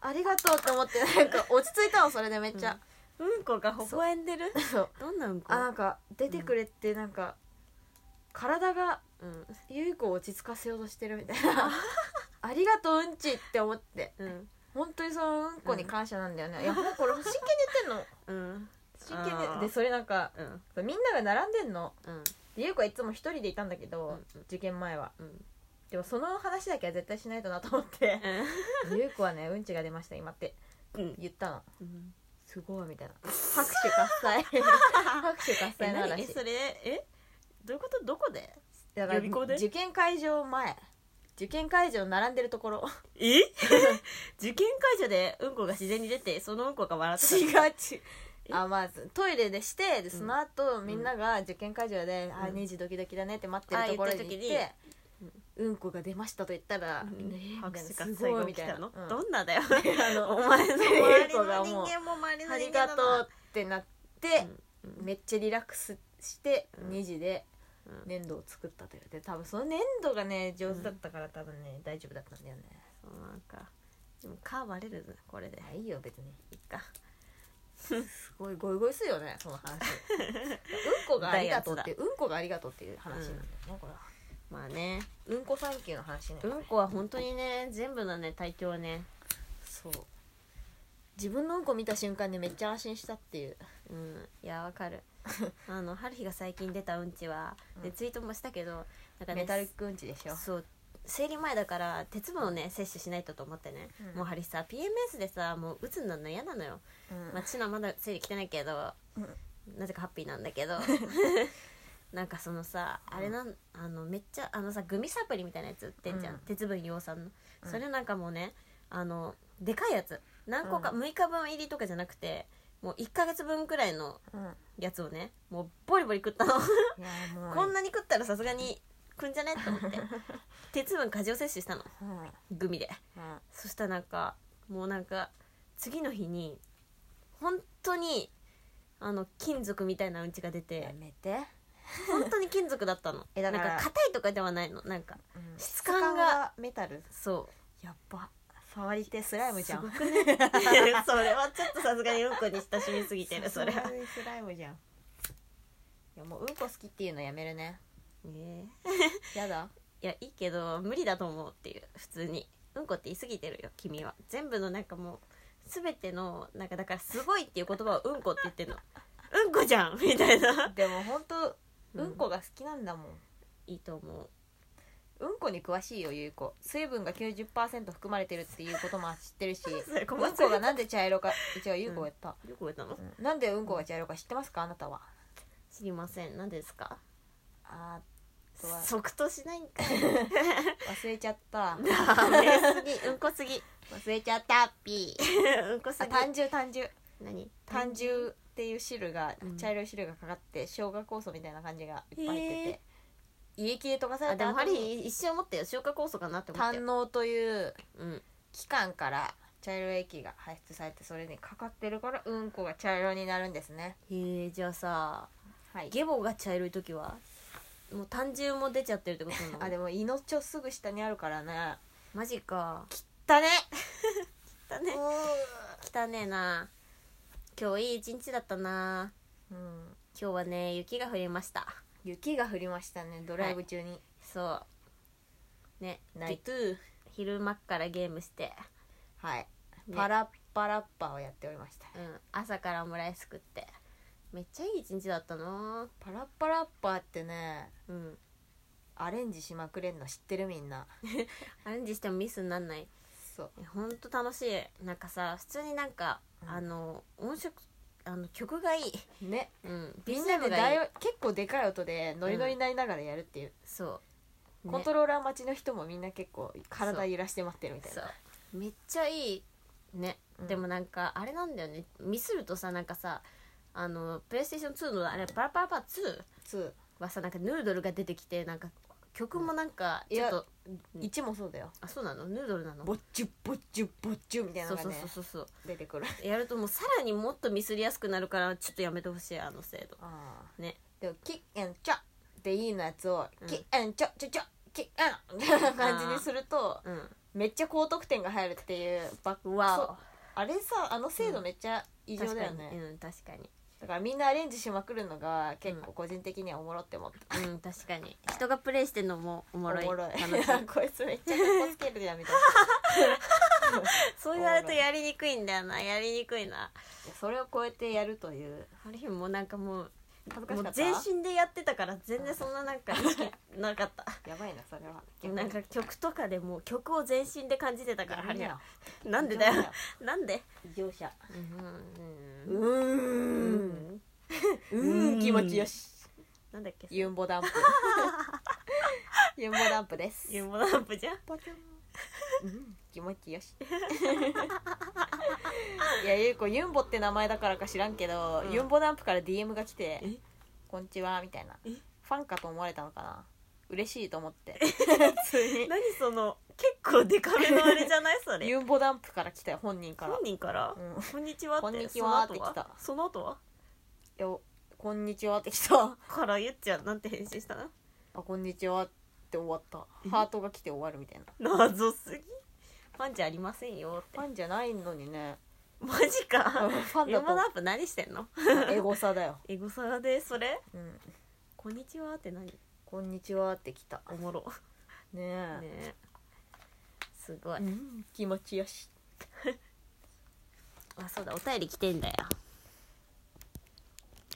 [SPEAKER 2] ありがとうって思ってなんか落ち着いたのそれでめっちゃ、
[SPEAKER 3] うんこが微笑んでる
[SPEAKER 2] そう
[SPEAKER 1] どんなうんこ
[SPEAKER 2] あなんか出てくれってなんか、体が
[SPEAKER 1] うん
[SPEAKER 2] ゆい子を落ち着かせようとしてるみたいな ありがとううんちって思って
[SPEAKER 1] うん
[SPEAKER 2] 本当にそのうんこに感謝なんだよね、いやもうこれ真剣に言ってんの
[SPEAKER 1] うん
[SPEAKER 2] 真剣に
[SPEAKER 3] あー
[SPEAKER 2] でそれなんか
[SPEAKER 1] うん
[SPEAKER 2] みんなが並んでんの
[SPEAKER 1] うん
[SPEAKER 2] でゆい子はいつも一人でいたんだけど、
[SPEAKER 1] うんうん
[SPEAKER 2] 受験前は
[SPEAKER 1] うん
[SPEAKER 2] でもその話だけは絶対しないとなと思って ゆうこはねうんちが出ました今って
[SPEAKER 1] うん
[SPEAKER 2] 言ったの
[SPEAKER 1] うん
[SPEAKER 2] すごいみた いな拍手喝采拍手喝
[SPEAKER 1] え
[SPEAKER 2] 采の
[SPEAKER 1] 何え
[SPEAKER 2] 嵐
[SPEAKER 1] それえどういうことどこで
[SPEAKER 2] だから
[SPEAKER 3] 予備校で
[SPEAKER 2] 受験会場前受験会場並んでるところ
[SPEAKER 1] え受験会場でうんこが自然に出てそのうんこが笑ってた
[SPEAKER 2] 違う違うあまずトイレでしてでその後、みんなが受験会場で「あ
[SPEAKER 1] うん
[SPEAKER 2] 2時ドキドキだね」って待ってるところに行って
[SPEAKER 1] あ言った
[SPEAKER 2] うん、こが出ましたと言ったら
[SPEAKER 1] う
[SPEAKER 2] 「
[SPEAKER 1] ん
[SPEAKER 2] ねえみ
[SPEAKER 3] 拍
[SPEAKER 2] たい
[SPEAKER 3] 手
[SPEAKER 2] な
[SPEAKER 3] が
[SPEAKER 2] す
[SPEAKER 3] 最
[SPEAKER 2] ごい
[SPEAKER 3] 後
[SPEAKER 2] み
[SPEAKER 3] 来
[SPEAKER 2] たい
[SPEAKER 3] た
[SPEAKER 2] な
[SPEAKER 3] の、
[SPEAKER 2] うん
[SPEAKER 3] どんなだよ
[SPEAKER 2] あの
[SPEAKER 3] お前の周
[SPEAKER 2] ゆう
[SPEAKER 3] り
[SPEAKER 2] 子が
[SPEAKER 3] の
[SPEAKER 2] も
[SPEAKER 3] 人間
[SPEAKER 2] う
[SPEAKER 3] も周りの
[SPEAKER 2] あり
[SPEAKER 3] 人
[SPEAKER 2] が
[SPEAKER 3] 間
[SPEAKER 2] と
[SPEAKER 3] だ
[SPEAKER 2] う
[SPEAKER 3] な
[SPEAKER 2] ってなって、
[SPEAKER 1] うんうん
[SPEAKER 2] めっちゃリラックスして
[SPEAKER 1] うん
[SPEAKER 2] 2時で
[SPEAKER 1] うん
[SPEAKER 2] 粘土を作ったというで多分その粘土がね上手だったから多分ね、大丈夫だったんだよね
[SPEAKER 1] そうなんかでもカーバレるなこれで
[SPEAKER 2] いいよ別に
[SPEAKER 1] いっか
[SPEAKER 2] すごいゴイゴイするよねその話うんこがありがとうっていううんこがありがとうっていう話なんだよね、これは
[SPEAKER 1] まあね
[SPEAKER 2] うんこ三級の話ね、
[SPEAKER 1] うんこは本当にね全部のね体調はね
[SPEAKER 2] そう自分のうんこ見た瞬間にめっちゃ安心したっていう
[SPEAKER 1] うんいやわかるあの春日が最近出たうんちは
[SPEAKER 2] う
[SPEAKER 1] で
[SPEAKER 2] ん
[SPEAKER 1] ツイートもしたけどなんかね
[SPEAKER 2] メタリックうんちでしょ
[SPEAKER 1] そう生理前だから鉄分をね摂取しないとと思ってね、
[SPEAKER 2] うん
[SPEAKER 1] もうハリさ PMS でさもう鬱になるの嫌なのよ、
[SPEAKER 2] うん
[SPEAKER 1] まあ、ちなまだ生理来てないけど、なぜかハッピーなんだけ どなんかそのさあれなん、あのめっちゃあのさグミサプリみたいなやつ売ってんじゃん、
[SPEAKER 2] うん
[SPEAKER 1] 鉄分養酸の、
[SPEAKER 2] うん
[SPEAKER 1] それなんかもうねあのでかいやつ何個か、
[SPEAKER 2] う
[SPEAKER 1] 6日分入りとかじゃなくてもう1ヶ月分くらいの
[SPEAKER 2] うん、い
[SPEAKER 1] やつをねもうボリボリ食ったの
[SPEAKER 2] やもう
[SPEAKER 1] こんなに食ったらさすがに食んじゃねと思って 鉄分過剰摂取したの
[SPEAKER 2] うんうん
[SPEAKER 1] グミで
[SPEAKER 2] うん
[SPEAKER 1] そしたらなんかもうなんか次の日に本当にあの金属みたいなうんちが出
[SPEAKER 2] や
[SPEAKER 1] て
[SPEAKER 2] めて、
[SPEAKER 1] 本当に金属だ ったの
[SPEAKER 2] え
[SPEAKER 1] な
[SPEAKER 2] だ
[SPEAKER 1] ん
[SPEAKER 2] から
[SPEAKER 1] か硬いとかではないのなんか
[SPEAKER 2] うん
[SPEAKER 1] 質感が
[SPEAKER 2] メタル
[SPEAKER 1] そ
[SPEAKER 2] やっば触り手スライムじゃん
[SPEAKER 1] うそれはちょっとさすがにうんこに親しみすぎてるそれは
[SPEAKER 2] 触り手スライムじゃんいやもううんこ好きっていうのやめるね
[SPEAKER 1] ねえ
[SPEAKER 2] やだ
[SPEAKER 1] いやいいけど無理だと思うっていう普通にうんこって言い過ぎてるよ君は全部のなんかもう全てのなんかだから「すごい」っていう言葉を「うんこ」って言ってんの「うんこじゃん」みたいな
[SPEAKER 2] でも本当
[SPEAKER 1] う
[SPEAKER 2] うんんこが好きなんだもん、
[SPEAKER 1] いいと思う
[SPEAKER 2] うんこに詳しいよゆいこ水分が90%含まれてるっていうことも知ってるし
[SPEAKER 1] それ
[SPEAKER 2] う
[SPEAKER 1] 小
[SPEAKER 2] ん
[SPEAKER 1] 松
[SPEAKER 2] こがなんで茶色か違うゆいこがやった、
[SPEAKER 1] よく言ったの
[SPEAKER 2] うんなんでうんこが茶色か知ってますかあなたは
[SPEAKER 1] 知りません何ですか
[SPEAKER 2] あーとは
[SPEAKER 1] 即答しないんかい
[SPEAKER 2] 忘れちゃった
[SPEAKER 1] ダメすぎうんこすぎ
[SPEAKER 2] 忘れちゃったピー
[SPEAKER 1] うんこす
[SPEAKER 2] あ
[SPEAKER 1] ぎ
[SPEAKER 2] 単汁 単汁
[SPEAKER 1] 何
[SPEAKER 2] 単汁っていう汁が、
[SPEAKER 1] うん
[SPEAKER 2] 茶色い汁がかかって生姜酵素みたいな感じがいっぱい入って
[SPEAKER 1] へ
[SPEAKER 2] て胃液で溶かさ
[SPEAKER 1] あ
[SPEAKER 2] れ
[SPEAKER 1] で
[SPEAKER 2] た
[SPEAKER 1] もハ
[SPEAKER 2] 後
[SPEAKER 1] リ
[SPEAKER 2] に
[SPEAKER 1] ー一瞬思ったよ消化酵素かなって思った
[SPEAKER 2] 胆
[SPEAKER 1] よ、
[SPEAKER 2] のという
[SPEAKER 1] うん、
[SPEAKER 2] 器官から茶色い液が排出されてそれにかかってるからうんこが茶色になるんですね
[SPEAKER 1] へえじゃあさ
[SPEAKER 2] はい
[SPEAKER 1] ゲボが茶色い時はもう単純も出ちゃってるってことな の
[SPEAKER 2] あでも胃のちょすぐ下にあるからね
[SPEAKER 1] マジか
[SPEAKER 2] だね
[SPEAKER 1] 汚ね汚ねえな今日いい一日だったな
[SPEAKER 2] うん
[SPEAKER 1] 今日はね雪が降りました
[SPEAKER 2] 雪が降りましたねドライブ中に、
[SPEAKER 1] そうね
[SPEAKER 2] ナイト
[SPEAKER 1] 昼間っからゲームして、
[SPEAKER 2] はい
[SPEAKER 1] ね
[SPEAKER 2] パラッパラッパをやっておりました
[SPEAKER 1] うん、朝からオムライス食ってめっちゃいい一日だったな
[SPEAKER 2] パラッパラッパってね
[SPEAKER 1] うん
[SPEAKER 2] アレンジしまくれんの知ってるみんな
[SPEAKER 1] アレンジしてもミスになんない
[SPEAKER 2] そう
[SPEAKER 1] えほんと楽しいなんかさ普通になんか、
[SPEAKER 2] うん
[SPEAKER 1] あの音色あの曲がいい、
[SPEAKER 2] ね
[SPEAKER 1] うん、
[SPEAKER 2] みんな
[SPEAKER 1] BGM
[SPEAKER 2] で
[SPEAKER 1] が
[SPEAKER 2] だ
[SPEAKER 1] いい
[SPEAKER 2] い結構でかい音でノリノリになりながらやるっていう、
[SPEAKER 1] そう、
[SPEAKER 2] コントローラー待ちの人もみんな結構体揺らして待ってるみたい
[SPEAKER 1] そ
[SPEAKER 2] な
[SPEAKER 1] うめっちゃいいね、
[SPEAKER 2] うん
[SPEAKER 1] でもなんかあれなんだよねミスるとさなんかさあのプレイステーション2のあれパラパラパラ2
[SPEAKER 2] そう
[SPEAKER 1] はさなんかヌードルが出てきてなんか曲もなんか
[SPEAKER 2] うんい
[SPEAKER 1] ちょ
[SPEAKER 2] や
[SPEAKER 1] っと、うん
[SPEAKER 2] 1もそうだよ
[SPEAKER 1] あそうなのヌードルなの
[SPEAKER 2] ぼっちゅぼっちゅぼっちゅみたいな
[SPEAKER 1] そ
[SPEAKER 2] の
[SPEAKER 1] う
[SPEAKER 2] が
[SPEAKER 1] そう
[SPEAKER 2] ね
[SPEAKER 1] そうそうそう
[SPEAKER 2] 出てくる
[SPEAKER 1] やるともうさらにもっとミスりやすくなるからちょっとやめてほしいあの制度
[SPEAKER 2] ああ
[SPEAKER 1] ね
[SPEAKER 2] でも「キッエンチョ」でいいのやつを
[SPEAKER 1] う
[SPEAKER 2] 「
[SPEAKER 1] ん
[SPEAKER 2] キッエンチョチョチョキッエン」みたいな感じにすると
[SPEAKER 1] うん
[SPEAKER 2] めっちゃ高得点が入るっていうバック
[SPEAKER 1] わ
[SPEAKER 2] あれさあの制度めっちゃ
[SPEAKER 1] お
[SPEAKER 2] 異常だ
[SPEAKER 1] 確
[SPEAKER 2] よ
[SPEAKER 1] かに
[SPEAKER 2] ね
[SPEAKER 1] うん確かに
[SPEAKER 2] だからみんなアレンジしまくるのが結構個人的にはおもろって思って
[SPEAKER 1] うん確かに人がプレイしてんのもおもろい
[SPEAKER 2] おもろい
[SPEAKER 1] 楽しい
[SPEAKER 2] こいつめっちゃ格好つけるやんみたいな
[SPEAKER 1] そう言われるとやりにくいんだよなやりにくいな
[SPEAKER 2] それをこうやってやるという
[SPEAKER 1] ある日もなんかもう
[SPEAKER 2] 恥ずか
[SPEAKER 1] も
[SPEAKER 2] し
[SPEAKER 1] う
[SPEAKER 2] かった
[SPEAKER 1] 全身でやってたから全然そんななんか意識なかった
[SPEAKER 2] やばいなそれは
[SPEAKER 1] なんか曲とかでもう曲を全身で感じてたから
[SPEAKER 2] やめなよ
[SPEAKER 1] なんでだよなんで
[SPEAKER 2] 異常者
[SPEAKER 1] うん
[SPEAKER 2] う
[SPEAKER 1] うんん
[SPEAKER 2] うん気持ちよし
[SPEAKER 1] なんだっけ
[SPEAKER 2] ユン ボダンプユンボダンプです
[SPEAKER 1] ユーモランプじゃん
[SPEAKER 2] うん気持ちよしいやゆうこユンボって名前だからか知らんけど、
[SPEAKER 1] うん
[SPEAKER 2] ユンボダンプから DM が来て
[SPEAKER 1] え
[SPEAKER 2] 「こんにちは」みたいな
[SPEAKER 1] え
[SPEAKER 2] ファンかと思われたのかな嬉しいと思って
[SPEAKER 1] 何その結構デカめのあれじゃないそれ
[SPEAKER 2] ユンボダンプから来たよ本人から
[SPEAKER 1] 本
[SPEAKER 2] 「
[SPEAKER 1] 人から
[SPEAKER 2] うん、い
[SPEAKER 1] こんにちはって
[SPEAKER 2] こんにちはっ
[SPEAKER 1] その後
[SPEAKER 2] て来た
[SPEAKER 1] その後は
[SPEAKER 2] やこんにちは」って来た「
[SPEAKER 1] からゆっちゃんなんて返信したの
[SPEAKER 2] あこんにちは」って終わったハートが来て終わるみたいな
[SPEAKER 1] 謎すぎファンじゃありませんよって
[SPEAKER 2] ファンじゃないのに ね
[SPEAKER 1] マジか
[SPEAKER 2] ファン
[SPEAKER 1] ユー
[SPEAKER 2] だ
[SPEAKER 1] モラ
[SPEAKER 2] と
[SPEAKER 1] ンプ何してんの
[SPEAKER 2] エゴサだよ、
[SPEAKER 1] エゴサでそれ
[SPEAKER 2] うん、
[SPEAKER 1] こんにちはって何
[SPEAKER 2] こんにちはって来た
[SPEAKER 1] おもろ
[SPEAKER 2] ね
[SPEAKER 1] ね
[SPEAKER 2] え
[SPEAKER 1] えすごい
[SPEAKER 2] うん気持ちよし
[SPEAKER 1] あそうだお便り来てんだよ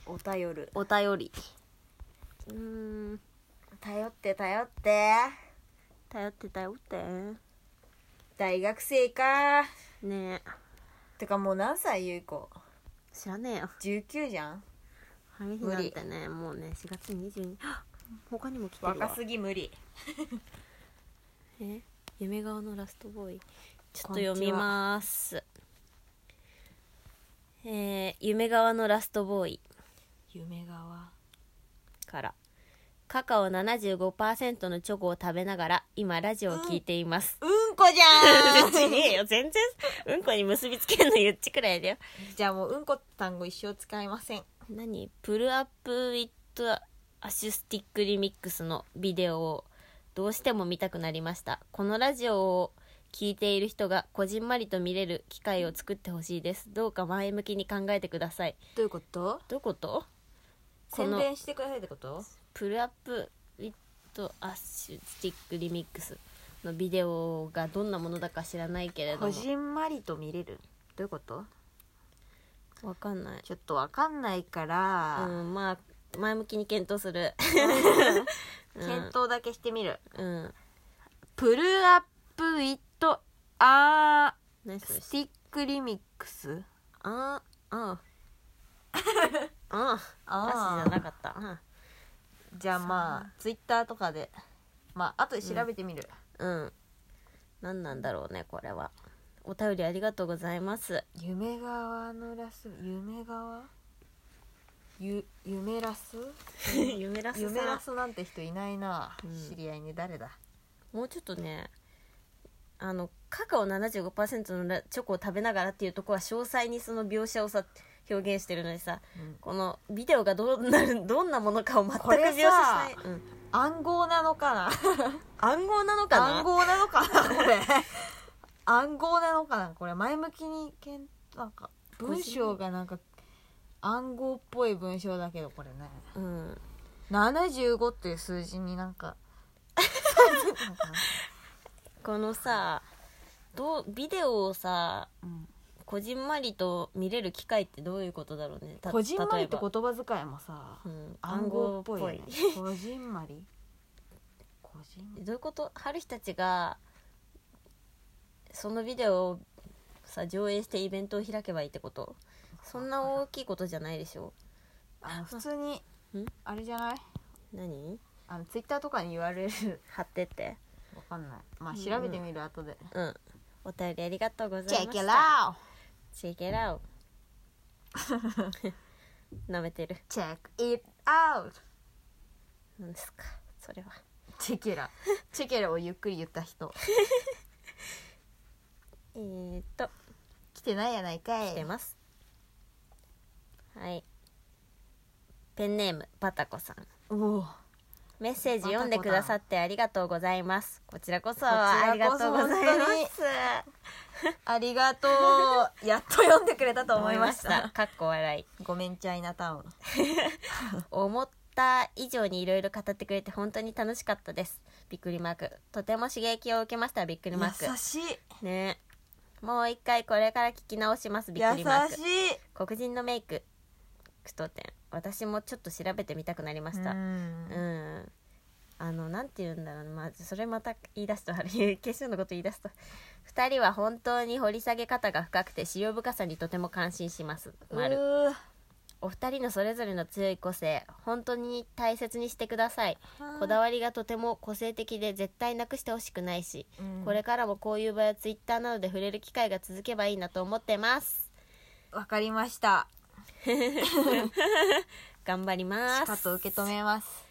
[SPEAKER 2] お便る
[SPEAKER 1] お便りうーん
[SPEAKER 2] 頼って頼って
[SPEAKER 1] 頼って頼って
[SPEAKER 2] 大学生か
[SPEAKER 1] ねえ
[SPEAKER 2] てかもう何歳ゆいこ
[SPEAKER 1] 知らねえよ
[SPEAKER 2] 19じゃん
[SPEAKER 1] ハリヒなんてねもうね4月22あ 他にも来てる
[SPEAKER 2] 若
[SPEAKER 1] わ
[SPEAKER 2] すぎ無理
[SPEAKER 1] え夢顔のラストボーイちょっと
[SPEAKER 2] こんにちは
[SPEAKER 1] 読みますえー夢側のラストボーイ
[SPEAKER 2] 夢川
[SPEAKER 1] からカカオ75%のチョコを食べながら今ラジオを聞いています、
[SPEAKER 2] うんこじゃ
[SPEAKER 1] う ちねえよ全然うんこに結びつけんのゆっちくらいだよ
[SPEAKER 2] んじゃあもううんこって単語一生使いません
[SPEAKER 1] 何プルアップウィットアシュスティックリミックスのビデオをどうしても見たくなりましたこのラジオを聞いている人がこじんまりと見れる機会を作ってほしいですどうか前向きに考えてください
[SPEAKER 2] どういうこと
[SPEAKER 1] どういうことこ
[SPEAKER 2] 宣
[SPEAKER 1] の
[SPEAKER 2] 伝してくださいってこと
[SPEAKER 1] プルアップウィットアッシュスティックリミックスのビデオがどんなものだか知らないけれど
[SPEAKER 2] こ
[SPEAKER 1] も
[SPEAKER 2] じんまりと見れるどういうこと
[SPEAKER 1] わかんない
[SPEAKER 2] ちょっとわかんないから、
[SPEAKER 1] うんまあ前向きに検討するうん
[SPEAKER 2] 検討だけしてみる、
[SPEAKER 1] うん
[SPEAKER 2] プルアップウィットア
[SPEAKER 1] 何そ
[SPEAKER 2] ー
[SPEAKER 1] れ
[SPEAKER 2] スティックリミックス
[SPEAKER 1] ああ ああ
[SPEAKER 2] あ
[SPEAKER 1] あ
[SPEAKER 2] ー
[SPEAKER 1] じゃなかったあ
[SPEAKER 2] じゃあまあツイッターとかでまああとで調べてみる、
[SPEAKER 1] うん何なんだろうねこれはお便りありがとうござい ます
[SPEAKER 2] 夢川のラス夢川ゆ夢ラス
[SPEAKER 1] 夢ら
[SPEAKER 2] 夢ラスなんて人いないな、
[SPEAKER 1] うん
[SPEAKER 2] 知り合いに誰だ
[SPEAKER 1] もうちょっとねあのカカオ75%のラチョコを食べながらっていうとこは詳細にその描写をさ表現してるのにさ、
[SPEAKER 2] うん
[SPEAKER 1] このビデオがどうなる どんなものかを全く
[SPEAKER 2] これ
[SPEAKER 1] 描写
[SPEAKER 2] さ
[SPEAKER 1] しない、うん
[SPEAKER 2] 暗号なのかな
[SPEAKER 1] 暗号なのかな
[SPEAKER 2] 暗号な のかなこれ暗号なのかなこれ前向きにけんなんか文章がなんか暗号っぽい文章だけどこれね
[SPEAKER 1] うん、
[SPEAKER 2] 75っていう数字にな んか
[SPEAKER 1] このさどうビデオをさこじんまりと見れる機会ってどういうことだろうねた
[SPEAKER 2] こじんまりって
[SPEAKER 1] 例えば
[SPEAKER 2] 言葉遣いもさ
[SPEAKER 1] うん、
[SPEAKER 2] 暗
[SPEAKER 1] 暗
[SPEAKER 2] 号
[SPEAKER 1] 号
[SPEAKER 2] っ
[SPEAKER 1] っ
[SPEAKER 2] ぽ
[SPEAKER 1] ぽ
[SPEAKER 2] い
[SPEAKER 1] い
[SPEAKER 2] よねこじんまりこじんまり
[SPEAKER 1] どういうこと春日たちがそのビデオをさ上映してイベントを開けばいいってことそんな大きいことじゃないでしょ
[SPEAKER 2] あの普通に
[SPEAKER 1] ん
[SPEAKER 2] あれじゃない
[SPEAKER 1] 何
[SPEAKER 2] あのツイッターとかに URL
[SPEAKER 1] 貼ってって
[SPEAKER 2] わかんないまあ調べてみる後で
[SPEAKER 1] うんお便りありがとうございま
[SPEAKER 2] チ
[SPEAKER 1] した
[SPEAKER 2] ェケラー
[SPEAKER 1] チェケラを 舐めてる
[SPEAKER 2] Check it out
[SPEAKER 1] なんですかそれは
[SPEAKER 2] チェケラチェケラをゆっくり言った人
[SPEAKER 1] えー、っと
[SPEAKER 2] 来てないやないかい
[SPEAKER 1] 来てますはいペンネームパタコさん
[SPEAKER 2] おおこ
[SPEAKER 1] メッセージ読んでくださってありがとうございますこちらこそ
[SPEAKER 2] ち
[SPEAKER 1] あり
[SPEAKER 2] ら
[SPEAKER 1] が
[SPEAKER 2] こそ
[SPEAKER 1] とうございます
[SPEAKER 2] 本当にありがと うやっと読んでくれたと思いました
[SPEAKER 1] かっこ笑い
[SPEAKER 2] ごめんチャイナタウン
[SPEAKER 1] 思った以上にいろいろ語ってくれて本当に楽しかったですびっくりマークとても刺激を受けましたびっくりマー
[SPEAKER 2] 優しい
[SPEAKER 1] クねもう一回これから聞き直しますびっく
[SPEAKER 2] 優
[SPEAKER 1] りマーク
[SPEAKER 2] しい
[SPEAKER 1] 黒人のメイク句読点私もちょっと調べてみたくなりました
[SPEAKER 2] うん
[SPEAKER 1] うんあのなんて言うんだろうな、まあ、それまた言い出すとあれ決勝のこと言い出すと2人は本当に掘り下げ方が深くて使用深さにとても感心します丸
[SPEAKER 2] うー
[SPEAKER 1] お二人のそれぞれの強い個性本当に大切にしてくださいこだわりがとても個性的で絶対なくしてほしくないし、
[SPEAKER 2] うん
[SPEAKER 1] これからもこういう場やツイッターなどで触れる機会が続けばいいなと思ってます
[SPEAKER 2] わかりました
[SPEAKER 1] 頑張り
[SPEAKER 2] し
[SPEAKER 1] ま
[SPEAKER 2] か
[SPEAKER 1] す
[SPEAKER 2] と受け止めます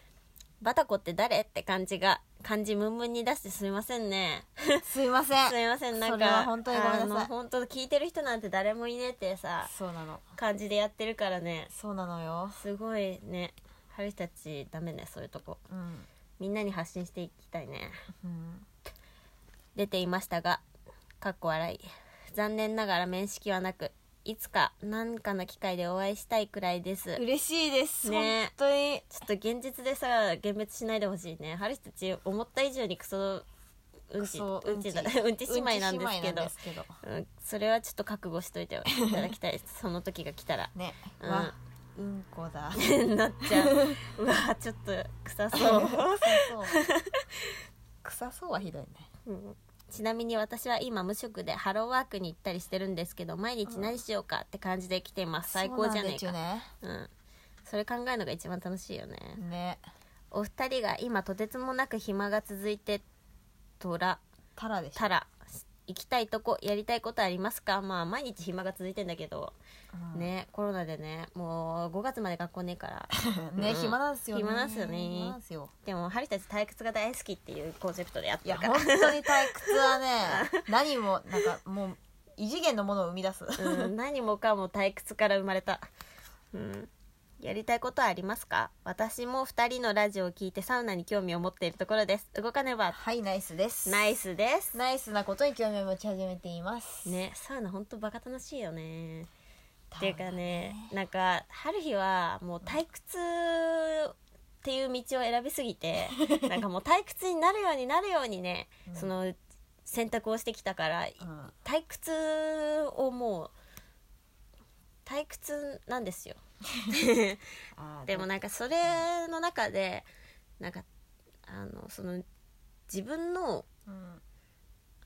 [SPEAKER 1] バタコって誰って感じが漢字ムンムンに出してすいませんね
[SPEAKER 2] すいませ ん
[SPEAKER 1] すみませんなんか
[SPEAKER 2] それは本当にごめんなさい
[SPEAKER 1] あの本当聞いてる人なんて誰もいねえってさ
[SPEAKER 2] そうなの
[SPEAKER 1] 感じでやってるからね
[SPEAKER 2] そうなのよ
[SPEAKER 1] すごいね春日たちダメねそういうとこ
[SPEAKER 2] うん、
[SPEAKER 1] みんなに発信していきたいね
[SPEAKER 2] うん、
[SPEAKER 1] 出ていましたがかっこ笑い残念ながら面識はなくいつか何かの機会でお会いしたいくらいですちょ
[SPEAKER 2] 嬉しいです、
[SPEAKER 1] ね
[SPEAKER 2] 本当に
[SPEAKER 1] っと現実でさ幻滅しないでほしいね春日たち思った以上にクソうんち
[SPEAKER 2] そう
[SPEAKER 1] うんちだうんち姉妹なんですけど
[SPEAKER 2] うんち姉妹なんです
[SPEAKER 1] うん、それはちょっと覚悟しといていただきたいその時が来たら
[SPEAKER 2] ね、
[SPEAKER 1] うん
[SPEAKER 2] わうんこだ
[SPEAKER 1] なっちゃううわちょっと臭そう、
[SPEAKER 2] 臭そうはひどいね
[SPEAKER 1] うんちなみに私は今無職でハローワークに行ったりしてるんですけど毎日何しようかって感じで来ています、 最高じゃねえ
[SPEAKER 2] そう
[SPEAKER 1] か
[SPEAKER 2] なんで
[SPEAKER 1] うん、それ考えるのが一番楽しいよね、
[SPEAKER 2] ちゅねね
[SPEAKER 1] お二人が今とてつもなく暇が続いてとら
[SPEAKER 2] タラでしょ
[SPEAKER 1] たら行きたいとこやりたいことありますかまあ毎日暇が続いてんだけど、
[SPEAKER 2] うんね
[SPEAKER 1] ねコロナでねもう5月まで学校ねえからうん
[SPEAKER 2] 暇なんですよね
[SPEAKER 1] 暇なんすよね
[SPEAKER 2] 暇なんすよ
[SPEAKER 1] でもハリたち退屈が大好きっていうコンセプトでやっ
[SPEAKER 2] い
[SPEAKER 1] て
[SPEAKER 2] や
[SPEAKER 1] るか
[SPEAKER 2] 本
[SPEAKER 1] ら
[SPEAKER 2] 当に退屈はね 何もなんかもう異次元のものを生み出す、
[SPEAKER 1] うん、何もかも退屈から生まれた、うん、やりたいことはありますか私も2人のラジオを聞いてサウナに興味を持っているところです動かねば
[SPEAKER 2] はいナイスです
[SPEAKER 1] ナイスです
[SPEAKER 2] ナイスなことに興味を持ち始めています
[SPEAKER 1] ねサウナほんとバカ楽しいよね
[SPEAKER 2] 多
[SPEAKER 1] っ
[SPEAKER 2] 分
[SPEAKER 1] ていうかねなんか春日はもう退屈っていう道を選びすぎてなんかもう退屈になるようになるようにね、
[SPEAKER 4] うん
[SPEAKER 1] その選択をしてきたから
[SPEAKER 4] うん
[SPEAKER 1] 退屈をもう退屈なんですよ
[SPEAKER 4] あー
[SPEAKER 1] でもなんかそれの中でなんかあのその自分の
[SPEAKER 4] うん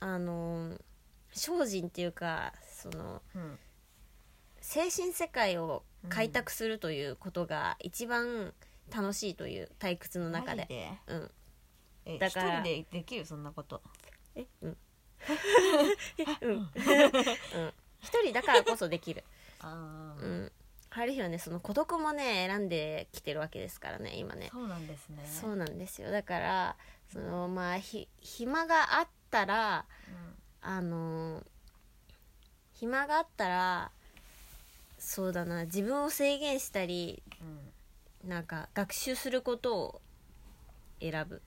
[SPEAKER 1] あの精進っていうかその
[SPEAKER 4] うん
[SPEAKER 1] 精神世界を開拓するということが一番楽しいという退屈の中
[SPEAKER 2] マ
[SPEAKER 1] で
[SPEAKER 2] ジで
[SPEAKER 1] うん
[SPEAKER 2] え
[SPEAKER 1] だから
[SPEAKER 2] 一人でできるそんなこと
[SPEAKER 1] えうんえうん、うん、一人だからこそできる
[SPEAKER 2] ああ、
[SPEAKER 1] うんある日はねその孤独もね選んできてるわけですからね今ね
[SPEAKER 2] そうなんですね
[SPEAKER 1] そうなんですよだからそのまあひ暇があったらあのー暇があったらそうだな自分を制限したり
[SPEAKER 2] うん、うん、
[SPEAKER 1] なんか学習することを選ぶ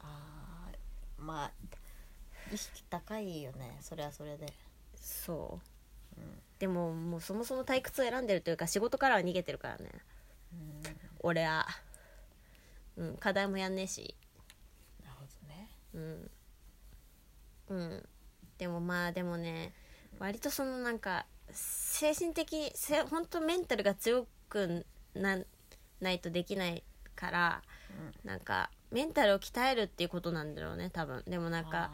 [SPEAKER 2] ああまあ意識高いよねそれはそれで
[SPEAKER 1] そう
[SPEAKER 2] うん
[SPEAKER 1] でももうそもそも退屈を選んでるというか仕事からは逃げてるからね
[SPEAKER 2] うんなる
[SPEAKER 1] 俺は、うん、課題もやんねえし
[SPEAKER 2] ほどね
[SPEAKER 1] うん、うん、でもまあでもね割とそのなんか精神的せ本当メンタルが強くなないとできないから、なんかメンタルを鍛えるっていうことなんだろうね多分でもなんか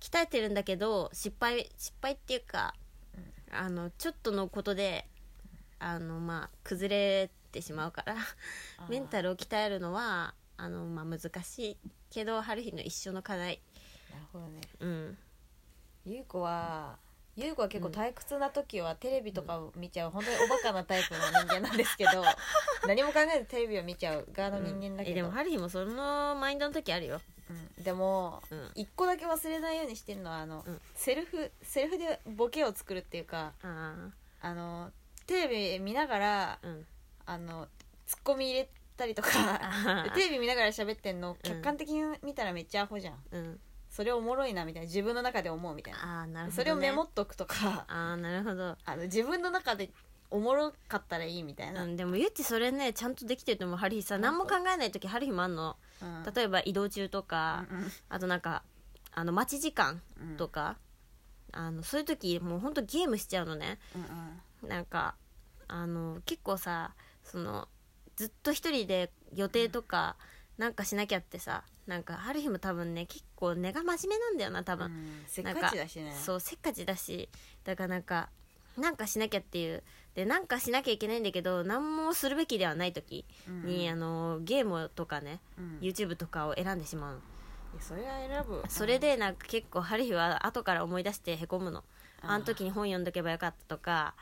[SPEAKER 1] 鍛えてるんだけど失敗失敗っていうか、あのちょっとのことであのまあ崩れてしまうから
[SPEAKER 2] あー
[SPEAKER 1] メンタルを鍛えるのはあの、まあ、難しいけど春日の一生の課題
[SPEAKER 2] なるほどね
[SPEAKER 1] うん
[SPEAKER 2] ゆう子はゆう子は結構退屈な時はテレビとかを見ちゃう、本当におバカなタイプの人間なんで すけど何も考えずテレビを見ちゃう側の人間だ
[SPEAKER 1] え
[SPEAKER 2] け
[SPEAKER 1] で
[SPEAKER 2] ど、
[SPEAKER 1] も
[SPEAKER 2] うん
[SPEAKER 1] 春日もそのマインドの時あるよ
[SPEAKER 2] でも
[SPEAKER 1] うん
[SPEAKER 2] 一個だけ忘れないようにしてるのはあの、
[SPEAKER 1] うん
[SPEAKER 2] セルフセルフでボケを作るっていうか
[SPEAKER 1] あ
[SPEAKER 2] あのテレビ見ながら
[SPEAKER 1] あうん
[SPEAKER 2] あのツッコミ入れたりとか
[SPEAKER 1] あ
[SPEAKER 2] でテレビ見ながら喋ってんの客観的に見たらめっちゃアホじゃん、
[SPEAKER 1] うん
[SPEAKER 2] それおもろいなみたいな自分の中で思うみたいな
[SPEAKER 1] ああなるほど、ね、
[SPEAKER 2] それをメモっとくとか
[SPEAKER 1] ああなるほど、
[SPEAKER 2] あの自分の中でおもろかったらいいみたいな、
[SPEAKER 1] う
[SPEAKER 2] うん
[SPEAKER 1] ん、でもゆっちそれねちゃんとできてると思う春日さ何も考えない時春日もあんの例えば移動中とか、あとなんかあの待ち時間
[SPEAKER 2] うん
[SPEAKER 1] とか、あのそういう時もうほんとゲームしちゃうのね
[SPEAKER 2] うんうん
[SPEAKER 1] なんかあの結構さそのずっと一人で予定とかなんかしなきゃってさなんかある日も多分ね結構根が真面目なんだよな多
[SPEAKER 2] う
[SPEAKER 1] 分、
[SPEAKER 2] んせっかちだしね
[SPEAKER 1] そうせっかちだしだからなんかなんかしなきゃっていうでなんかしなきゃいけないんだけど何もするべきではない時
[SPEAKER 2] うん
[SPEAKER 1] に、あのゲームとかね、
[SPEAKER 2] うんいや
[SPEAKER 1] YouTube とかを選んでしまうの
[SPEAKER 2] それは選ぶ
[SPEAKER 1] それでなんか結構春日は後から思い出してへこむのあの時に本読んどけばよかったとか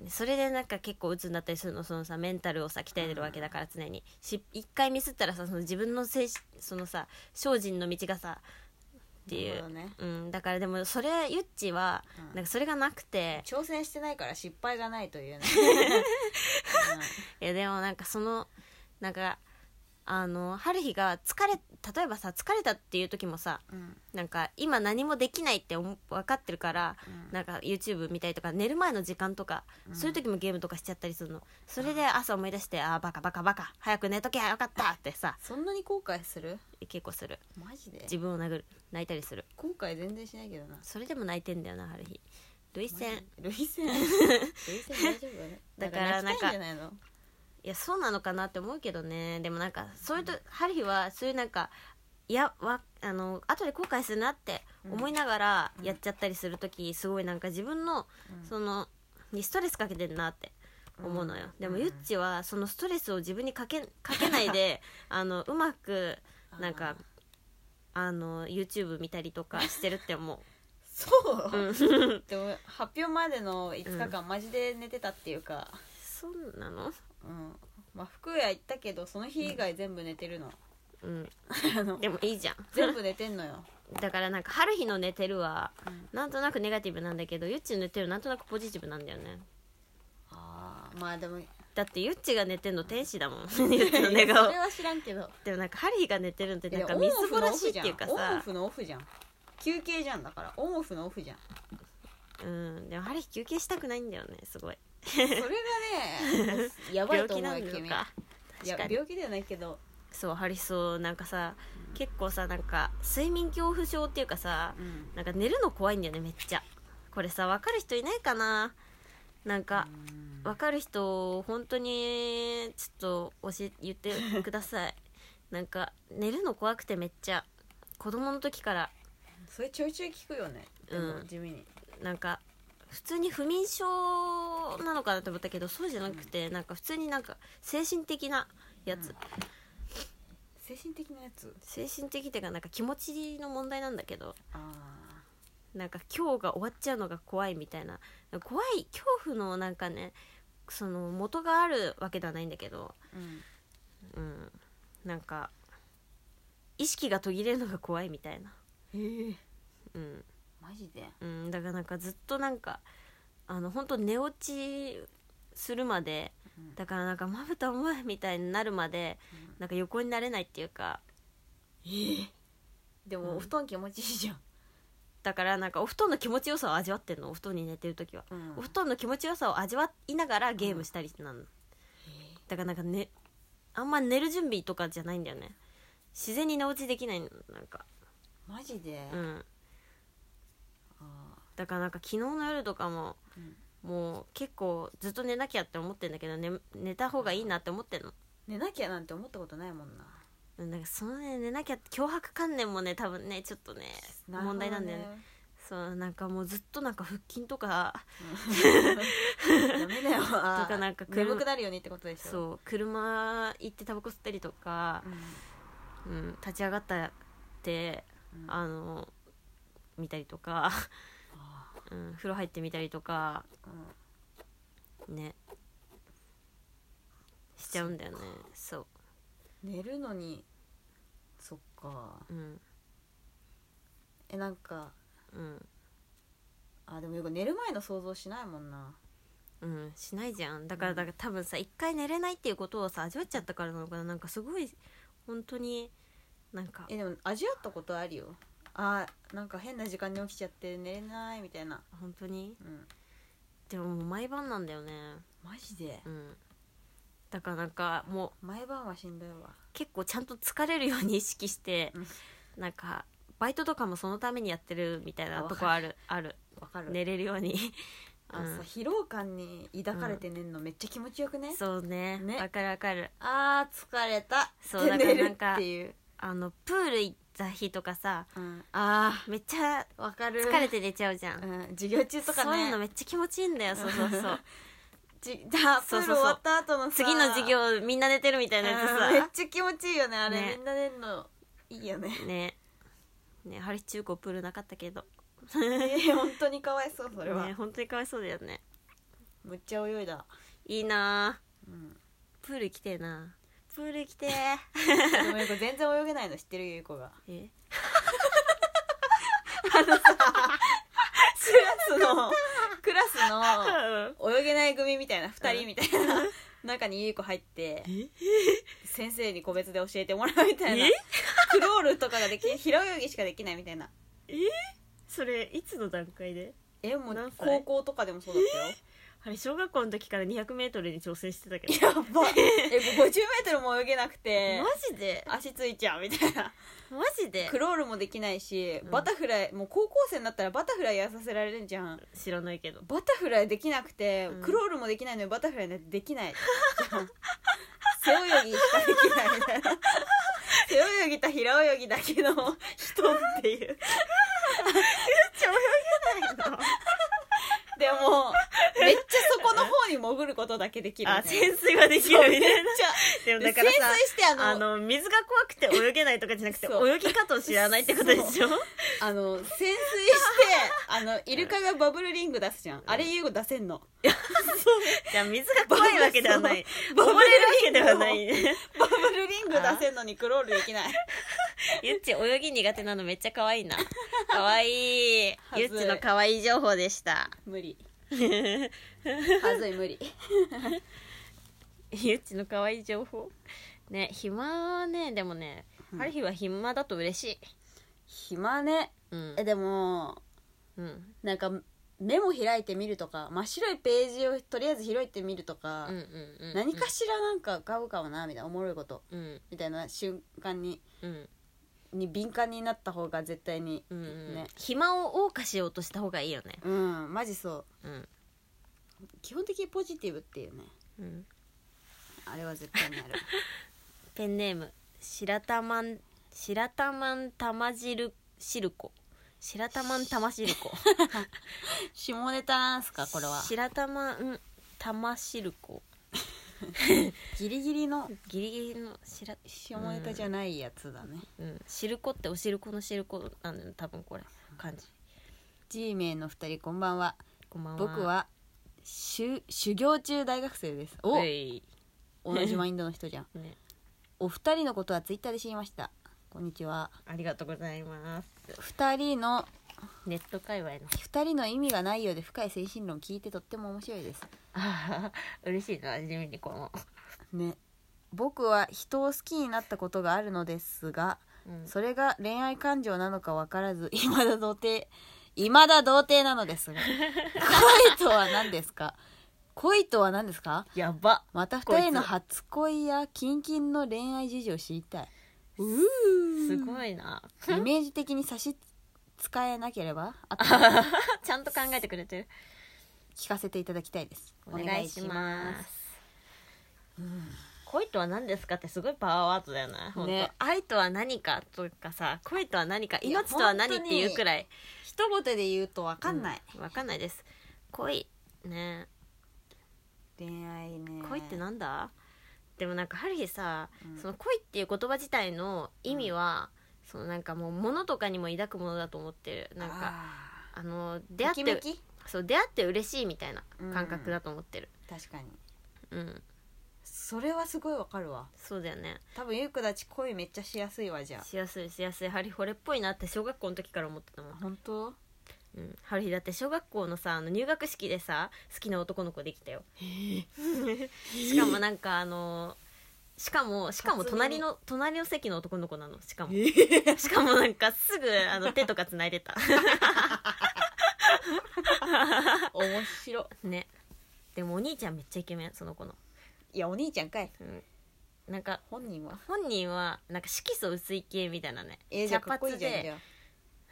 [SPEAKER 2] うん
[SPEAKER 1] それでなんか結構鬱になったりするのそのさメンタルをさ鍛えてるわけだから常にし一回ミスったらさその自分の精神そのさ精進の道がさってい
[SPEAKER 2] なる
[SPEAKER 1] う
[SPEAKER 2] ほど、ね
[SPEAKER 1] うん、だからでもそれゆっちは
[SPEAKER 2] うん
[SPEAKER 1] なんかそれがなくて、
[SPEAKER 2] 挑戦してないから失敗がない というね、
[SPEAKER 1] いやでもなんかそのなんかあの春日が疲れ例えばさ疲れたっていう時もさ
[SPEAKER 2] うんうん
[SPEAKER 1] なんか今何もできないって思分かってるから
[SPEAKER 2] うん
[SPEAKER 1] なんか YouTube 見たりとか寝る前の時間とか、
[SPEAKER 2] うん
[SPEAKER 1] そういう時もゲームとかしちゃったりするのそれで朝思い出して「ああバカバカバカ早く寝とけよかった」ってさ
[SPEAKER 2] そんなに後悔する
[SPEAKER 1] 結構する
[SPEAKER 2] マジで
[SPEAKER 1] 自分を殴る泣いたりする
[SPEAKER 2] 後悔全然しないけどな
[SPEAKER 1] それでも泣いてんだよな春日涙腺
[SPEAKER 2] 涙腺涙腺大丈夫だね
[SPEAKER 1] だから
[SPEAKER 2] なんか泣きたいんじゃないの
[SPEAKER 1] いやそうなのかなって思うけどねでもなんかそういうと春日はそういうなんかいやわあの後で後悔するなって思いながらやっちゃったりする時、すごいなんか自分の、
[SPEAKER 2] うん
[SPEAKER 1] そのにストレスかけてんなって思うのよ、
[SPEAKER 2] うん
[SPEAKER 1] でも
[SPEAKER 2] うん
[SPEAKER 1] ゆっちはそのストレスを自分にかけかけないで あのうまくなんかあの YouTube 見たりとかしてるって思う
[SPEAKER 2] そう、 でも発表までの5日間、マジで寝てたっていうか
[SPEAKER 1] そうなの
[SPEAKER 2] うんまあ服屋行ったけどその日以外全部寝て るの,、
[SPEAKER 1] うん
[SPEAKER 2] あの
[SPEAKER 1] でもいいじゃん
[SPEAKER 2] 全部寝てん のよ、
[SPEAKER 1] だからなんか春日の寝てるは
[SPEAKER 2] うん
[SPEAKER 1] なんとなくネガティブなんだけどゆっちの寝てるなんとなくポジティブなんだよね
[SPEAKER 2] あーまあでも
[SPEAKER 1] だってゆっちが寝てんの天使だもん ゆっちの
[SPEAKER 2] いや
[SPEAKER 1] 寝顔
[SPEAKER 2] それは知らんけど
[SPEAKER 1] でもなんか春日が寝てるのってなんか
[SPEAKER 2] い
[SPEAKER 1] み
[SPEAKER 2] や
[SPEAKER 1] す
[SPEAKER 2] オン
[SPEAKER 1] ぼ
[SPEAKER 2] オフの
[SPEAKER 1] ら
[SPEAKER 2] オ
[SPEAKER 1] しい
[SPEAKER 2] フ
[SPEAKER 1] っ
[SPEAKER 2] じゃ
[SPEAKER 1] てい
[SPEAKER 2] ん
[SPEAKER 1] うか
[SPEAKER 2] オンオ
[SPEAKER 1] さ
[SPEAKER 2] フのオフじゃん休憩じゃんだからオンオフのオフじゃん
[SPEAKER 1] うんでも春日休憩したくないんだよねすごい
[SPEAKER 2] それがねやばい
[SPEAKER 1] 病
[SPEAKER 2] と
[SPEAKER 1] 気
[SPEAKER 2] 思
[SPEAKER 1] な
[SPEAKER 2] うんよ
[SPEAKER 1] だ
[SPEAKER 2] 君
[SPEAKER 1] か
[SPEAKER 2] いや
[SPEAKER 1] 確かに
[SPEAKER 2] 病気ではないけど
[SPEAKER 1] そうハリソーなんかさ結構さなんか睡眠恐怖症っていうかさ
[SPEAKER 2] うん
[SPEAKER 1] なんか寝るの怖いんだよねめっちゃこれさ分かる人いないかななんか分かる人本当にちょっと教え言ってくださいなんか寝るの怖くてめっちゃ子供の時から
[SPEAKER 2] それちょいちょい聞くよねでも
[SPEAKER 1] うん
[SPEAKER 2] 地味に
[SPEAKER 1] なんか普通に不眠症なのかなと思ったけどそうじゃなくてなんか普通になんか精神的なやつ、
[SPEAKER 2] うん精神的なやつ
[SPEAKER 1] 精神的っていうかなんか気持ちの問題なんだけど
[SPEAKER 2] あ
[SPEAKER 1] なんか今日が終わっちゃうのが怖いみたいな怖い恐怖のなんかねその元があるわけではないんだけど、
[SPEAKER 2] あうん
[SPEAKER 1] うん、なんか意識が途切れるのが怖いみたいな、
[SPEAKER 2] ええ
[SPEAKER 1] うん
[SPEAKER 2] マジで
[SPEAKER 1] うん、だからなんかずっとなんかあの本当寝落ちするまで
[SPEAKER 2] うん
[SPEAKER 1] だからなんかまぶた重いみたいになるまで
[SPEAKER 2] うん
[SPEAKER 1] なんか横になれないっていうか
[SPEAKER 2] で
[SPEAKER 1] うん
[SPEAKER 2] もお布団気持ちいいじゃん
[SPEAKER 1] だからなんかお布団の気持ちよさを味わってんのお布団に寝てる時は。
[SPEAKER 2] うん
[SPEAKER 1] お布団の気持ちよさを味わいながらゲームしたりなの、だからなんかねあんま寝る準備とかじゃないんだよね自然に寝落ちできないのなんか
[SPEAKER 2] マジで
[SPEAKER 1] うん
[SPEAKER 2] あ
[SPEAKER 1] だからなんか昨日の夜とかも
[SPEAKER 2] ーうん
[SPEAKER 1] もう結構ずっと寝なきゃって思ってんだけど寝寝た方がいいなって思ってんの
[SPEAKER 2] 寝なきゃなんて思ったことないもんな
[SPEAKER 1] うんなんかそのね寝なきゃって脅迫観念もね多分ねちょっとね
[SPEAKER 2] るほどね
[SPEAKER 1] 問題なんだよねそうなんかもうずっとなんか腹筋とか
[SPEAKER 2] ダメだよ と
[SPEAKER 1] とかなんか
[SPEAKER 2] 眠くなるようにってことでしょ
[SPEAKER 1] そう車行ってタバコ吸ったりとか、
[SPEAKER 2] うん
[SPEAKER 1] うん、立ち上がったって
[SPEAKER 2] うん
[SPEAKER 1] あの見たりとか、
[SPEAKER 2] あ
[SPEAKER 1] うん、風呂入ってみたりとか
[SPEAKER 2] ーうん
[SPEAKER 1] ねしちゃうんだよねそう
[SPEAKER 2] 寝るのにそっか
[SPEAKER 1] うん
[SPEAKER 2] えなんか
[SPEAKER 1] うん
[SPEAKER 2] あでもよく寝る前の想像しないもんな
[SPEAKER 1] うんしないじゃんだから
[SPEAKER 2] うん
[SPEAKER 1] だから多分さ一回寝れないっていうことをさ味わっちゃったからなのかななんかすごい本当になんか
[SPEAKER 2] えでも味わったことあるよあーなんか変な時間に起きちゃって寝れないみたいな
[SPEAKER 1] 本当に
[SPEAKER 2] うん
[SPEAKER 1] でももう毎晩なんだよね
[SPEAKER 2] マジで
[SPEAKER 1] うんだからなんかもう
[SPEAKER 2] 毎晩はしんどいわ
[SPEAKER 1] 結構ちゃんと疲れるように意識して、
[SPEAKER 2] うん
[SPEAKER 1] なんかバイトとかもそのためにやってるみたいなとこあるある
[SPEAKER 2] わかる
[SPEAKER 1] 寝れるように
[SPEAKER 2] あ
[SPEAKER 1] うん
[SPEAKER 2] さ疲労感に抱かれて寝るのめっちゃ気持ちよくね
[SPEAKER 1] そうね
[SPEAKER 2] ね
[SPEAKER 1] わ、かるわかる
[SPEAKER 2] あー疲れた
[SPEAKER 1] そうだ
[SPEAKER 2] って
[SPEAKER 1] から
[SPEAKER 2] 寝
[SPEAKER 1] な
[SPEAKER 2] る
[SPEAKER 1] んか
[SPEAKER 2] っていう
[SPEAKER 1] あのプール行った日とかさ
[SPEAKER 2] うんあ
[SPEAKER 1] めっちゃ
[SPEAKER 2] ーわかる
[SPEAKER 1] 疲れて寝ちゃうじゃん、
[SPEAKER 2] うん授業中とかね
[SPEAKER 1] そういうのめっちゃ気持ちいいんだよそうそうそう
[SPEAKER 2] じあプ
[SPEAKER 1] そう
[SPEAKER 2] ー
[SPEAKER 1] そ
[SPEAKER 2] ル終
[SPEAKER 1] うそう
[SPEAKER 2] わった後のさ
[SPEAKER 1] 次の授業みんな寝てるみたいなや
[SPEAKER 2] うんめっ
[SPEAKER 1] つ
[SPEAKER 2] ちゃ気持ちいいよねあれ
[SPEAKER 1] ね
[SPEAKER 2] みんな寝るのいいよね
[SPEAKER 1] さねねハリ中高プールなかったけど
[SPEAKER 2] え 本当にかわいそうそれは
[SPEAKER 1] ね本当にかわいそうだよね
[SPEAKER 2] むっちゃ泳いだ
[SPEAKER 1] いいなあ
[SPEAKER 2] うん
[SPEAKER 1] プール来てえなプール来てえ
[SPEAKER 2] でもゆうこ全然泳げないの知ってるゆうこが
[SPEAKER 1] え
[SPEAKER 2] クラスの クラスの泳げない組みたいな2人みたいな中にゆうこ入って先生に個別で教えてもらうみたいな
[SPEAKER 1] え
[SPEAKER 2] クロールとかができ平泳ぎしかできないみたいな
[SPEAKER 1] それいつの段階で
[SPEAKER 2] えも
[SPEAKER 1] 何
[SPEAKER 2] う
[SPEAKER 1] 歳
[SPEAKER 2] 高校とかでもそうだったよ
[SPEAKER 1] あれ小学校の時から 200m に挑戦してたけど
[SPEAKER 2] やばえ5 0ルも泳げなくて
[SPEAKER 1] マジで
[SPEAKER 2] 足ついちゃうみたいな
[SPEAKER 1] マジで
[SPEAKER 2] クロールもできないし
[SPEAKER 1] うん
[SPEAKER 2] バタフライもう高校生になったらバタフライやらさせられるじゃん
[SPEAKER 1] 知らないけど
[SPEAKER 2] バタフライできなくて、
[SPEAKER 1] うん
[SPEAKER 2] クロールもできないのにバタフライなんてできない背泳ぎしかできないみたいな背泳ぎと平泳ぎだけの人っていうでもめっちゃそこの方に潜ることだけできる
[SPEAKER 1] あ
[SPEAKER 2] みたいな
[SPEAKER 1] 潜水はできる
[SPEAKER 2] そう
[SPEAKER 1] み
[SPEAKER 2] めった
[SPEAKER 1] いな
[SPEAKER 2] ちゃ
[SPEAKER 1] でも
[SPEAKER 2] で
[SPEAKER 1] だから
[SPEAKER 2] 潜
[SPEAKER 1] さ
[SPEAKER 2] 水してあの
[SPEAKER 1] あ
[SPEAKER 2] あ
[SPEAKER 1] の
[SPEAKER 2] の
[SPEAKER 1] 水が怖くて泳げないとかじゃなくて
[SPEAKER 2] そう
[SPEAKER 1] 泳ぎ方を知らないってことでしょ
[SPEAKER 2] 潜水してあのイルカがバブルリング出すじゃん、あれ優子出せんの
[SPEAKER 1] じゃあ水が怖いわけではない溺れる
[SPEAKER 2] バブ
[SPEAKER 1] わ
[SPEAKER 2] ル
[SPEAKER 1] けではないね
[SPEAKER 2] バブルリング出せんのにクロールできない
[SPEAKER 1] ゆっち泳ぎ苦手なのめっちゃ可愛いな可 愛い
[SPEAKER 2] ずい
[SPEAKER 1] ゆっちの可愛い情報でした
[SPEAKER 2] 無 理はずい無理
[SPEAKER 1] ゆっちの可愛い情報ね暇はねでもね、
[SPEAKER 2] うん
[SPEAKER 1] ある日は暇だと嬉しい
[SPEAKER 2] 暇ね
[SPEAKER 1] うん
[SPEAKER 2] えでも
[SPEAKER 1] うん
[SPEAKER 2] なんかメモ開いてみるとか真っ白いページをとりあえず開いてみるとか、
[SPEAKER 1] うんうんうん、
[SPEAKER 2] 何かしらなんか浮かぶかもなみたいなおもろいこと
[SPEAKER 1] うん
[SPEAKER 2] みたいな瞬間に
[SPEAKER 1] うん
[SPEAKER 2] に敏感になった方が絶対に、
[SPEAKER 1] うんうん、
[SPEAKER 2] ね
[SPEAKER 1] 暇を謳歌しようとした方がいいよね
[SPEAKER 2] うんマジそ
[SPEAKER 1] うん、
[SPEAKER 2] う基本的にポジティブっていうね
[SPEAKER 1] うん、
[SPEAKER 2] あれは絶 対にある
[SPEAKER 1] ペンネーム白玉ん白玉ん玉汁汁粉白玉ん玉汁 粉
[SPEAKER 2] 下ネタなんすかこれは
[SPEAKER 1] 白玉ん玉汁粉
[SPEAKER 2] ギリギリの
[SPEAKER 1] ギリギリの白
[SPEAKER 2] 下ネタじゃないやつだね、
[SPEAKER 1] うん汁粉ってお汁粉の汁粉なんだよ多分これ感じ
[SPEAKER 2] G 名の2人こんばんは
[SPEAKER 1] こんばんは
[SPEAKER 2] 僕は修修行中大学生ですお
[SPEAKER 1] うい
[SPEAKER 2] 同じマインドの人じゃん
[SPEAKER 1] ね
[SPEAKER 2] お二人のことはツイッターで知りましたこんにちは
[SPEAKER 1] ありがとうございます
[SPEAKER 2] 二人の
[SPEAKER 1] ネット界隈の
[SPEAKER 2] 二人の意味がないようで深い精神論聞いてとっても面白いです
[SPEAKER 1] ああ 嬉しいな地味にこの、
[SPEAKER 2] ね僕は人を好きになったことがあるのですが
[SPEAKER 1] うん、
[SPEAKER 2] それが恋愛感情なのか分からず未だ童貞未だ童貞なのですが恋とは何ですか恋とは何ですか
[SPEAKER 1] やば
[SPEAKER 2] また
[SPEAKER 1] こい
[SPEAKER 2] 二
[SPEAKER 1] つ
[SPEAKER 2] 人の初恋やキンキンの恋愛事情を知りたい
[SPEAKER 1] すごいな
[SPEAKER 2] イメージ的に差し支えなければあと
[SPEAKER 1] ちゃんと考えてくれてる
[SPEAKER 2] 聞かせていただきたいです
[SPEAKER 1] お願いします恋とは何ですかってすごいパワーワードだよな、本
[SPEAKER 2] ね
[SPEAKER 1] 当愛とは何かとかさ恋とは何か
[SPEAKER 2] いや
[SPEAKER 1] 命とは何っていうくらい
[SPEAKER 2] 一言で言うと分かんない、
[SPEAKER 1] うんわかんないです恋ね
[SPEAKER 2] 恋愛ね
[SPEAKER 1] 恋ってなんだ、でもなんかある日さ、
[SPEAKER 2] うん
[SPEAKER 1] その恋っていう言葉自体の意味は、そのなんかもう物とかにも抱くものだと思ってるなんか
[SPEAKER 2] あ
[SPEAKER 1] あの
[SPEAKER 2] ー
[SPEAKER 1] 出会って
[SPEAKER 2] ムキムキ
[SPEAKER 1] そう出会って嬉しいみたいな感覚だと思ってる
[SPEAKER 2] 確かに
[SPEAKER 1] うん、
[SPEAKER 2] それはすごいわかるわ
[SPEAKER 1] そうだよね
[SPEAKER 2] 多分ゆうくたち恋めっちゃしやすいわじゃ
[SPEAKER 1] しやすいしやすいハリ惚れっぽいなって小学校の時から思ってたもん
[SPEAKER 2] あ本 当
[SPEAKER 1] うん、春日だって小学校のさあの入学式でさ好きな男の子できたよ しかもなんかあのしかもしかも
[SPEAKER 2] 初耳
[SPEAKER 1] 隣の隣の席の男の子なのしかもしかもなんかすぐあの手とかつないでた
[SPEAKER 2] 面白
[SPEAKER 1] ねでもお兄ちゃんめっちゃイケメンその子の、
[SPEAKER 2] いやお兄ちゃんかい
[SPEAKER 1] うん、なんか
[SPEAKER 2] 本人は
[SPEAKER 1] 本人はなんか色素薄い系みたいなね
[SPEAKER 2] えー、じゃあかっこいいじゃんじゃあ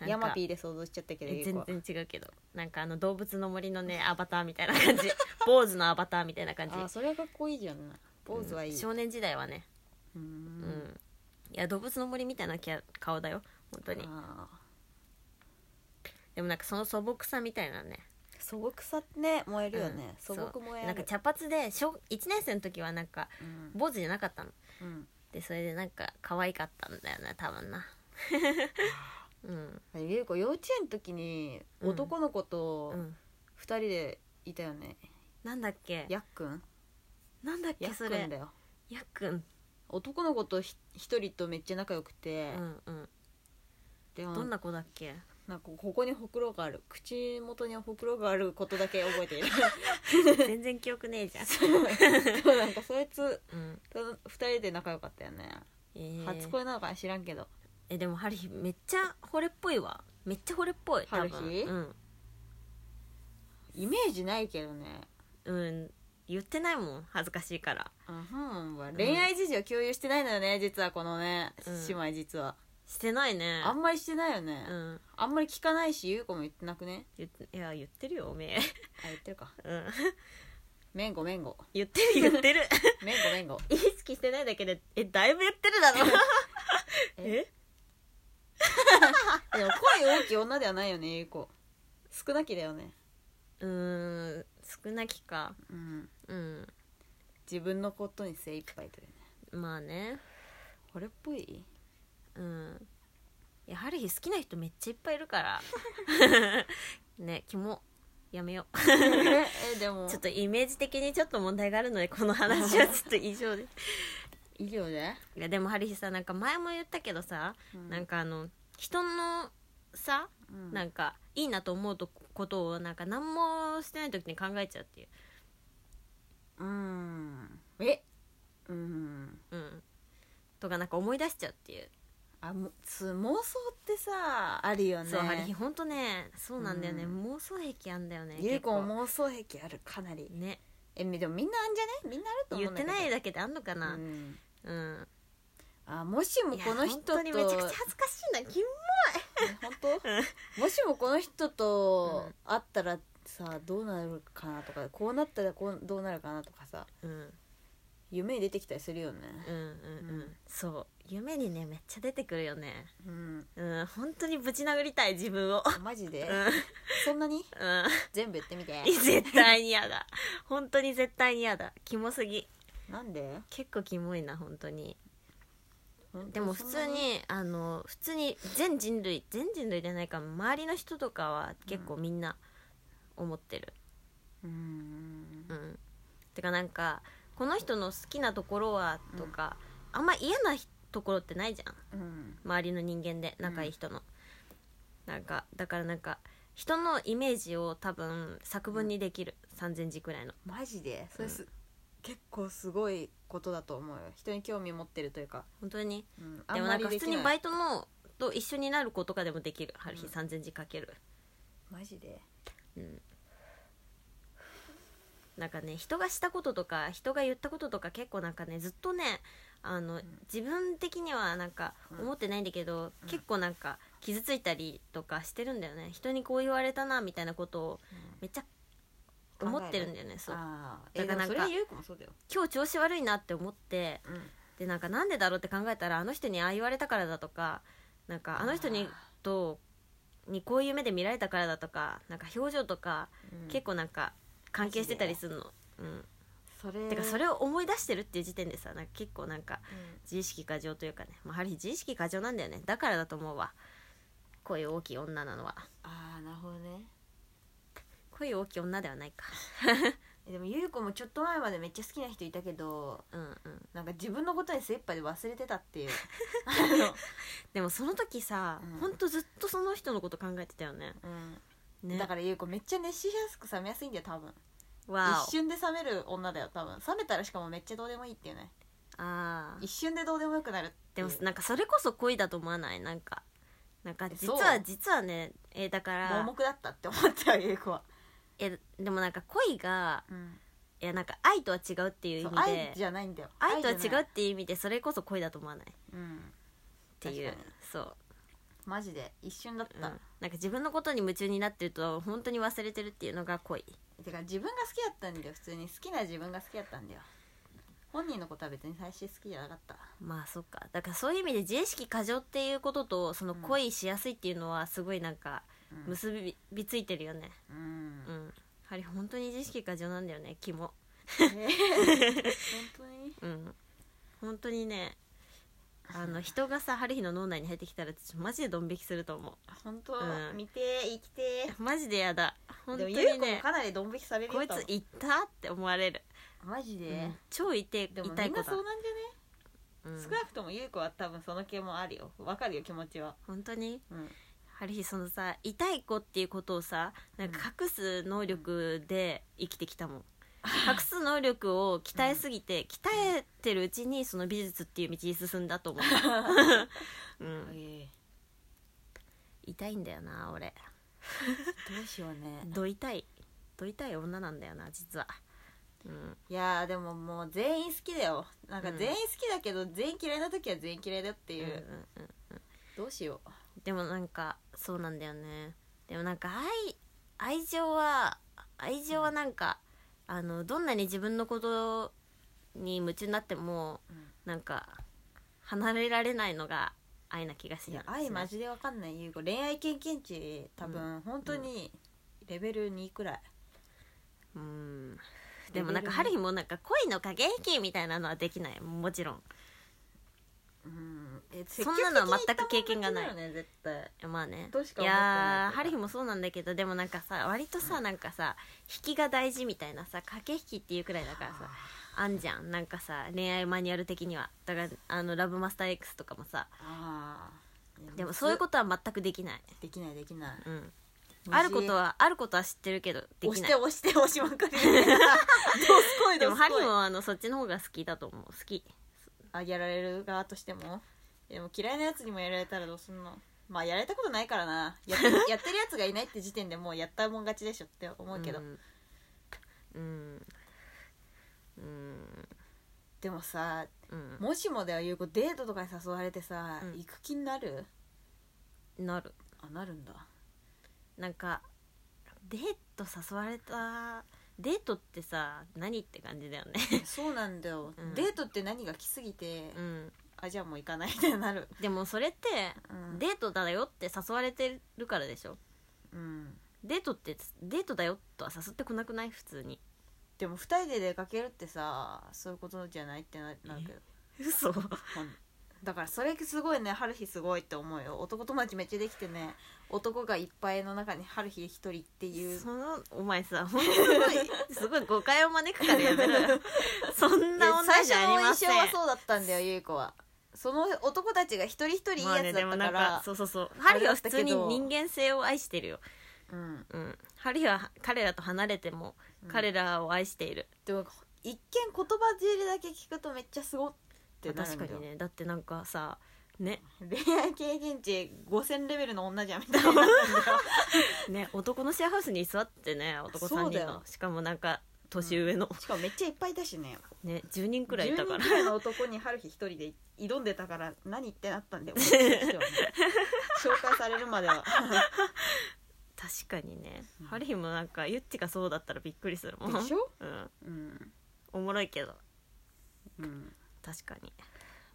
[SPEAKER 1] なんか
[SPEAKER 2] ヤマピーで想像しちゃったけどゆうこ
[SPEAKER 1] 全
[SPEAKER 2] は
[SPEAKER 1] 然違うけどなんかあの動物の森のねアバターみたいな感じ坊主のアバターみたいな感じ
[SPEAKER 2] あーそれはかっこいいじゃんなポーズはいい、
[SPEAKER 1] うん
[SPEAKER 2] う
[SPEAKER 1] 少年時代はね
[SPEAKER 2] ー
[SPEAKER 1] うん、
[SPEAKER 2] ん
[SPEAKER 1] いや動物の森みたいなキャ顔だよ本当に
[SPEAKER 2] あ
[SPEAKER 1] でもなんかその素朴さみたいなね
[SPEAKER 2] ー素朴さってね燃えるよね、
[SPEAKER 1] う
[SPEAKER 2] 素
[SPEAKER 1] ん
[SPEAKER 2] 朴燃え
[SPEAKER 1] な
[SPEAKER 2] る
[SPEAKER 1] んか茶髪で小1年生の時はなんか
[SPEAKER 2] うん
[SPEAKER 1] 坊主じゃなかったの
[SPEAKER 2] うん
[SPEAKER 1] でそれでなんか可愛かったんだよね多分 なうん、
[SPEAKER 2] ゆうこ幼稚園の時に
[SPEAKER 1] うん
[SPEAKER 2] 男の子と
[SPEAKER 1] うん、
[SPEAKER 2] 二人でいたよね、
[SPEAKER 1] なんだっけ
[SPEAKER 2] やっくん
[SPEAKER 1] なんだっ
[SPEAKER 2] や
[SPEAKER 1] け
[SPEAKER 2] っ
[SPEAKER 1] そ
[SPEAKER 2] くん
[SPEAKER 1] れ
[SPEAKER 2] だよ
[SPEAKER 1] やっくん
[SPEAKER 2] 男の子とひ一人とめっちゃ仲良くて、
[SPEAKER 1] うんうん
[SPEAKER 2] でも
[SPEAKER 1] どんな子だっ け
[SPEAKER 2] なんかここにほくろがある口元にほくろがあることだけ覚えてい る
[SPEAKER 1] 全然記憶ねえじゃん、
[SPEAKER 2] そうなんかそいつ
[SPEAKER 1] うん
[SPEAKER 2] と二人で仲良かったよね、
[SPEAKER 1] えー
[SPEAKER 2] 初恋なのか知らんけど
[SPEAKER 1] えでもハルヒめっちゃ惚れっぽいわめっちゃ惚れっぽい多分
[SPEAKER 2] ハルヒ
[SPEAKER 1] うん
[SPEAKER 2] イメージないけどね
[SPEAKER 1] うん言ってないもん恥ずかしいから
[SPEAKER 2] あはんは恋愛事情共有してないのよね実はこのね、
[SPEAKER 1] うん
[SPEAKER 2] 姉妹実は
[SPEAKER 1] してないね
[SPEAKER 2] あんまりしてないよね、
[SPEAKER 1] うん
[SPEAKER 2] あんまり聞かないし優子も言ってなくね
[SPEAKER 1] 言っていや言ってるよおめ え、
[SPEAKER 2] あ言ってるか
[SPEAKER 1] うん、
[SPEAKER 2] めんごめんご
[SPEAKER 1] 言ってる言ってる
[SPEAKER 2] めんごめんご
[SPEAKER 1] 意識してないだけでえだいぶ言ってるだろ え
[SPEAKER 2] でも声大きい女ではないよね優子少なきだよね
[SPEAKER 1] うーん少なきか
[SPEAKER 2] うん
[SPEAKER 1] うん
[SPEAKER 2] 自分のことに精一杯というね
[SPEAKER 1] まあね
[SPEAKER 2] これっぽ い
[SPEAKER 1] うんいやハルヒ好きな人めっちゃいっぱいいるから ねキモやめよ う
[SPEAKER 2] ええでも
[SPEAKER 1] ちょっとイメージ的にちょっと問題があるのでこの話はち ょっと以上です
[SPEAKER 2] 以上で、
[SPEAKER 1] いやでもハリヒさなんか前も言ったけどさ、なん
[SPEAKER 2] か、
[SPEAKER 1] かあの人のさ、
[SPEAKER 2] うん
[SPEAKER 1] なんかいいなと思うとことをなんか何もしてない時に考えちゃうっていう
[SPEAKER 2] うんえうん
[SPEAKER 1] うんとかなんか思い出しちゃうっていう
[SPEAKER 2] ああもつ妄想ってさあるよね
[SPEAKER 1] そうあれ本当ねそうなんだよね、
[SPEAKER 2] うん
[SPEAKER 1] 妄想癖あんだよね
[SPEAKER 2] ゆう
[SPEAKER 1] 結
[SPEAKER 2] こも
[SPEAKER 1] 構
[SPEAKER 2] 妄想癖あるかなり
[SPEAKER 1] ね
[SPEAKER 2] えでもみんなあんじゃねみんなあると思
[SPEAKER 1] 言
[SPEAKER 2] う
[SPEAKER 1] っ
[SPEAKER 2] んだ
[SPEAKER 1] て
[SPEAKER 2] けど
[SPEAKER 1] ないだけであんのかな
[SPEAKER 2] う
[SPEAKER 1] うん、
[SPEAKER 2] んあもしも
[SPEAKER 1] いや
[SPEAKER 2] この人と
[SPEAKER 1] 本当にめちゃくちゃ恥ずかしいんだキモ
[SPEAKER 2] 本当もしもこの人と
[SPEAKER 1] うん
[SPEAKER 2] 会ったらさどうなるかなとかこうなったらこうどうなるかなとかさ
[SPEAKER 1] うん
[SPEAKER 2] 夢に出てきたりするよね
[SPEAKER 1] うんうんうん、
[SPEAKER 2] うん
[SPEAKER 1] そう夢にねめっちゃ出てくるよね
[SPEAKER 2] うん
[SPEAKER 1] うん本当にぶち殴りたい自分を
[SPEAKER 2] マジ
[SPEAKER 1] う
[SPEAKER 2] で
[SPEAKER 1] んうん
[SPEAKER 2] そんなに全部言ってみて
[SPEAKER 1] 絶対に嫌だ本当に絶対に嫌だキモすぎ
[SPEAKER 2] なんで
[SPEAKER 1] 結構キモいな本当に
[SPEAKER 2] 本当
[SPEAKER 1] でも普
[SPEAKER 2] そ
[SPEAKER 1] 通
[SPEAKER 2] んな
[SPEAKER 1] にあの普通に全人類全人類じゃないか周りの人とかは結構みんな思ってる
[SPEAKER 2] うん
[SPEAKER 1] うん、てかなんかこの人の好きなところはとか、あんま嫌なひところってないじゃん
[SPEAKER 2] うん
[SPEAKER 1] 周りの人間で仲いい人の、なんかだからなんか人のイメージを多分作文にできる、3,000字くらいの
[SPEAKER 2] マジでそれす結構すごいことだと思うよ人に興味持ってるというか
[SPEAKER 1] 本当に
[SPEAKER 2] うんあ
[SPEAKER 1] で
[SPEAKER 2] ん
[SPEAKER 1] もなん
[SPEAKER 2] まり
[SPEAKER 1] か普
[SPEAKER 2] でき
[SPEAKER 1] 通に
[SPEAKER 2] な
[SPEAKER 1] バ
[SPEAKER 2] い
[SPEAKER 1] イトのと一緒になる子とかでもできるある日
[SPEAKER 2] うん
[SPEAKER 1] 3,000字書ける、
[SPEAKER 2] マジで
[SPEAKER 1] うん、なんかね人がしたこととか人が言ったこととか結構なんかねずっとねあの、自分的にはなんか
[SPEAKER 2] うん
[SPEAKER 1] 思ってないんだけど、
[SPEAKER 2] うん
[SPEAKER 1] 結構なんか傷ついたりとかしてるんだよね人にこう言われたなみたいなことをめっちゃ思ってるんだよねそう
[SPEAKER 2] ああ
[SPEAKER 1] だか
[SPEAKER 2] だかららそれ
[SPEAKER 1] なんか
[SPEAKER 2] はゆうこもそうだよ
[SPEAKER 1] 今日調子悪いなって思って
[SPEAKER 2] うん
[SPEAKER 1] でなんかなんでだろうって考えたらあの人にああ言われたからだとかなんかあの人にとにこういう目で見られたからだとかなんか表情とか
[SPEAKER 2] うん
[SPEAKER 1] 結構なんか関係してたりするの、うん、
[SPEAKER 2] それ
[SPEAKER 1] てかそ
[SPEAKER 2] れ
[SPEAKER 1] れを思い出してるっていう時点でさなんか結構なんか自意識過剰というかね、まあ、ある日自意識過剰なんだよねだからだと思うわこういう大きい女なのは
[SPEAKER 2] ああなるほどね
[SPEAKER 1] こういう大きい女ではないか
[SPEAKER 2] えでもゆうこもちょっと前までめっちゃ好きな人いたけど
[SPEAKER 1] うんうん
[SPEAKER 2] なんか自分のことに精一杯で忘れてたっ ていうあ
[SPEAKER 1] でもその時さ、
[SPEAKER 2] うん
[SPEAKER 1] ほんとずっとその人のこと考えてたよね
[SPEAKER 2] の、うん、
[SPEAKER 1] ね
[SPEAKER 2] だからゆうこめっちゃ熱しやすく冷めやすいんだよ多分
[SPEAKER 1] わ
[SPEAKER 2] 一瞬で冷める女だよ多分冷めたらしかもめっちゃどうでもいいっていうね
[SPEAKER 1] おあー
[SPEAKER 2] 一瞬でどうでもよくなるって
[SPEAKER 1] で
[SPEAKER 2] いう
[SPEAKER 1] もなんかそれこそ恋だと思わないなんかなんか実
[SPEAKER 2] そ
[SPEAKER 1] は
[SPEAKER 2] う
[SPEAKER 1] 実はねえーだから
[SPEAKER 2] 盲目だったって思ったよゆうこは、
[SPEAKER 1] えでもなんか恋が
[SPEAKER 2] うん、
[SPEAKER 1] いやなんか愛とは違うっていう意
[SPEAKER 2] そう
[SPEAKER 1] 味
[SPEAKER 2] 愛
[SPEAKER 1] で
[SPEAKER 2] じゃないんだよ
[SPEAKER 1] 愛とは
[SPEAKER 2] じゃ
[SPEAKER 1] 違
[SPEAKER 2] な
[SPEAKER 1] う
[SPEAKER 2] い
[SPEAKER 1] っていう意味でそれこそ恋だと思わないっ
[SPEAKER 2] うん
[SPEAKER 1] ていう
[SPEAKER 2] 確かに
[SPEAKER 1] そう、
[SPEAKER 2] マジで一瞬だっ
[SPEAKER 1] うん、
[SPEAKER 2] た、
[SPEAKER 1] なんか自分のことに夢中になってると本当に忘れてるっていうのが恋
[SPEAKER 2] てか自分が好きだったんだよ普通に好きな自分が好きだったんだよ本人のことは別に最初好きじゃなかった
[SPEAKER 1] まあそっかだからそういう意味で自意識過剰っていうこととその恋しやすいっていうのはすごいなんか
[SPEAKER 2] うん
[SPEAKER 1] 結びついてるよね
[SPEAKER 2] う
[SPEAKER 1] うん
[SPEAKER 2] ん、
[SPEAKER 1] やはり本当に自意識過剰なんだよねキモ
[SPEAKER 2] ね本当に
[SPEAKER 1] うん本当にねあの人がさ春日の脳内に入ってきたら私マジでドン引きすると思
[SPEAKER 2] 本当、
[SPEAKER 1] うん
[SPEAKER 2] 見て生きて
[SPEAKER 1] うマジでやだ本
[SPEAKER 2] で
[SPEAKER 1] 当
[SPEAKER 2] も
[SPEAKER 1] に
[SPEAKER 2] ゆうこも
[SPEAKER 1] ね
[SPEAKER 2] かなりドン引きされる
[SPEAKER 1] こい
[SPEAKER 2] 多
[SPEAKER 1] つ
[SPEAKER 2] 分
[SPEAKER 1] 行ったって思われる、
[SPEAKER 2] マジで、
[SPEAKER 1] うん超いて
[SPEAKER 2] でも
[SPEAKER 1] 痛
[SPEAKER 2] み
[SPEAKER 1] い
[SPEAKER 2] ん
[SPEAKER 1] こ
[SPEAKER 2] な
[SPEAKER 1] と
[SPEAKER 2] そ
[SPEAKER 1] だ
[SPEAKER 2] うなんじゃ
[SPEAKER 1] うん
[SPEAKER 2] ね、少なくともゆうこは多分その気もあるよわかるよ気持ちは
[SPEAKER 1] 本当に
[SPEAKER 2] うん
[SPEAKER 1] 春日そのさ痛い子っていうことをさなんか隠す能力で生きてきた もん、隠す能力を鍛えすぎて、鍛えてるうちにその美術っていう道に進んだと思 う、うん、
[SPEAKER 2] え
[SPEAKER 1] 痛いんだよな俺
[SPEAKER 2] どうしようね
[SPEAKER 1] ど痛いど痛い女なんだよな実はうん
[SPEAKER 2] いやーでももう全員好きだよなんか
[SPEAKER 1] うん
[SPEAKER 2] 全員好きだけど、全員嫌いな時は全員嫌いだって
[SPEAKER 1] う
[SPEAKER 2] い
[SPEAKER 1] ん
[SPEAKER 2] う、
[SPEAKER 1] うんうん
[SPEAKER 2] どうしよう
[SPEAKER 1] でもなんかそうなんだよねでもなんか愛愛情は愛情はなんか、あのどんなに自分のことに夢中になっても、
[SPEAKER 2] うん
[SPEAKER 1] なんか離れられないのが愛な気がし
[SPEAKER 2] い
[SPEAKER 1] な
[SPEAKER 2] や
[SPEAKER 1] い
[SPEAKER 2] 愛マジでわかんない優子恋愛経験値多分本当にレベル2くらい、
[SPEAKER 1] うんでもなんか
[SPEAKER 2] レベ
[SPEAKER 1] 春
[SPEAKER 2] ル
[SPEAKER 1] 日もなんか恋の駆け引きみたいなのはできないもちろんい
[SPEAKER 2] うんえ
[SPEAKER 1] そんなのは全く経験がない
[SPEAKER 2] 積極的に行っ
[SPEAKER 1] や
[SPEAKER 2] たもん勝ちだよね絶対
[SPEAKER 1] まあね
[SPEAKER 2] どうしか
[SPEAKER 1] い
[SPEAKER 2] 思って
[SPEAKER 1] や
[SPEAKER 2] な
[SPEAKER 1] ー
[SPEAKER 2] い
[SPEAKER 1] 春日もそうなんだけどでもなんかさ割とさ、なんかさ引きが大事みたいなさ駆け引きっていうくらいだからさあんじゃんなんかさ恋愛マニュアル的にはだからあのラブマスター X とかもさ
[SPEAKER 2] あー
[SPEAKER 1] でもそういうことは全くできない、
[SPEAKER 2] できないできない
[SPEAKER 1] うん、あること
[SPEAKER 2] は
[SPEAKER 1] はあることは知ってるけどでき
[SPEAKER 2] 押し
[SPEAKER 1] な
[SPEAKER 2] て
[SPEAKER 1] い
[SPEAKER 2] 押して押しま くりどうすこい
[SPEAKER 1] で
[SPEAKER 2] ど
[SPEAKER 1] も
[SPEAKER 2] うす
[SPEAKER 1] ハリ
[SPEAKER 2] こい
[SPEAKER 1] もあのそっちの方が好きだと思う好き
[SPEAKER 2] あやられる側としてもでも嫌いなやつにもやられたらどうすんのまあやられたことないからな ややってるやつがいないって時点でもうやったもん勝ちでしょって思うけど、
[SPEAKER 1] うんうんうん
[SPEAKER 2] でもさ
[SPEAKER 1] うん
[SPEAKER 2] もしもだよゆう子デートとかに誘われてさ、
[SPEAKER 1] うん
[SPEAKER 2] 行く気になる
[SPEAKER 1] なる
[SPEAKER 2] あなる んだ
[SPEAKER 1] なんかデート誘われたデートってさ何って感じだよね
[SPEAKER 2] そうなんだよ、
[SPEAKER 1] うん
[SPEAKER 2] デートって何が来すぎて、
[SPEAKER 1] うん
[SPEAKER 2] あじゃあもう行かないみたいになる
[SPEAKER 1] でもそれって
[SPEAKER 2] うん
[SPEAKER 1] デートだよって誘われてるからでしょ
[SPEAKER 2] うん
[SPEAKER 1] デートってデートだよとは誘ってこなくない普通に
[SPEAKER 2] でも2人で出かけるってさそういうことじゃないってななるけど
[SPEAKER 1] 嘘
[SPEAKER 2] ほんだからそれすごいね春日すごいって思うよ男友達めっちゃできてね男がいっぱいの中に春日一人っていう
[SPEAKER 1] そのお前さほんとす ごいすごい誤解を招くからやめろ よそんな
[SPEAKER 2] で
[SPEAKER 1] 女じ
[SPEAKER 2] 最
[SPEAKER 1] ゃあり
[SPEAKER 2] 初の
[SPEAKER 1] ま
[SPEAKER 2] 印
[SPEAKER 1] せ
[SPEAKER 2] 象
[SPEAKER 1] ん
[SPEAKER 2] はそうだったんだよゆい子はその男たちが一人一人いいやつだったから、
[SPEAKER 1] そうそうそう
[SPEAKER 2] あ
[SPEAKER 1] ハ
[SPEAKER 2] れ
[SPEAKER 1] リーは
[SPEAKER 2] だっ
[SPEAKER 1] 普
[SPEAKER 2] たけ
[SPEAKER 1] 通
[SPEAKER 2] ど
[SPEAKER 1] に人間性を愛してるよ、
[SPEAKER 2] うん、
[SPEAKER 1] うん、ハリーは彼らと離れても
[SPEAKER 2] うん
[SPEAKER 1] 彼らを愛している、
[SPEAKER 2] でも一見言葉尻だけ聞くとめっちゃすごってなる
[SPEAKER 1] 確
[SPEAKER 2] んだ
[SPEAKER 1] か
[SPEAKER 2] よ
[SPEAKER 1] にねだってなんかさね
[SPEAKER 2] 恋愛経験値5000レベルの女じゃんみ たいになったんだよ
[SPEAKER 1] ね男のシェアハウスに座ってね男
[SPEAKER 2] そ
[SPEAKER 1] 3
[SPEAKER 2] うだ
[SPEAKER 1] 人
[SPEAKER 2] よ
[SPEAKER 1] のしかもなんか年上の、
[SPEAKER 2] しかもめっちゃいっぱいいたしね
[SPEAKER 1] ね10人くらいいたか
[SPEAKER 2] 10
[SPEAKER 1] ら
[SPEAKER 2] 人くらいの男に春日一人で挑んでたから何ってなったんだよこっちと してはね紹介されるまでは
[SPEAKER 1] 確かにね、
[SPEAKER 2] うん
[SPEAKER 1] ハリーもなんかユッチがそうだったらびっくりするもん
[SPEAKER 2] でしょ
[SPEAKER 1] うん、
[SPEAKER 2] うん、
[SPEAKER 1] おもろいけど
[SPEAKER 2] うん、
[SPEAKER 1] 確かに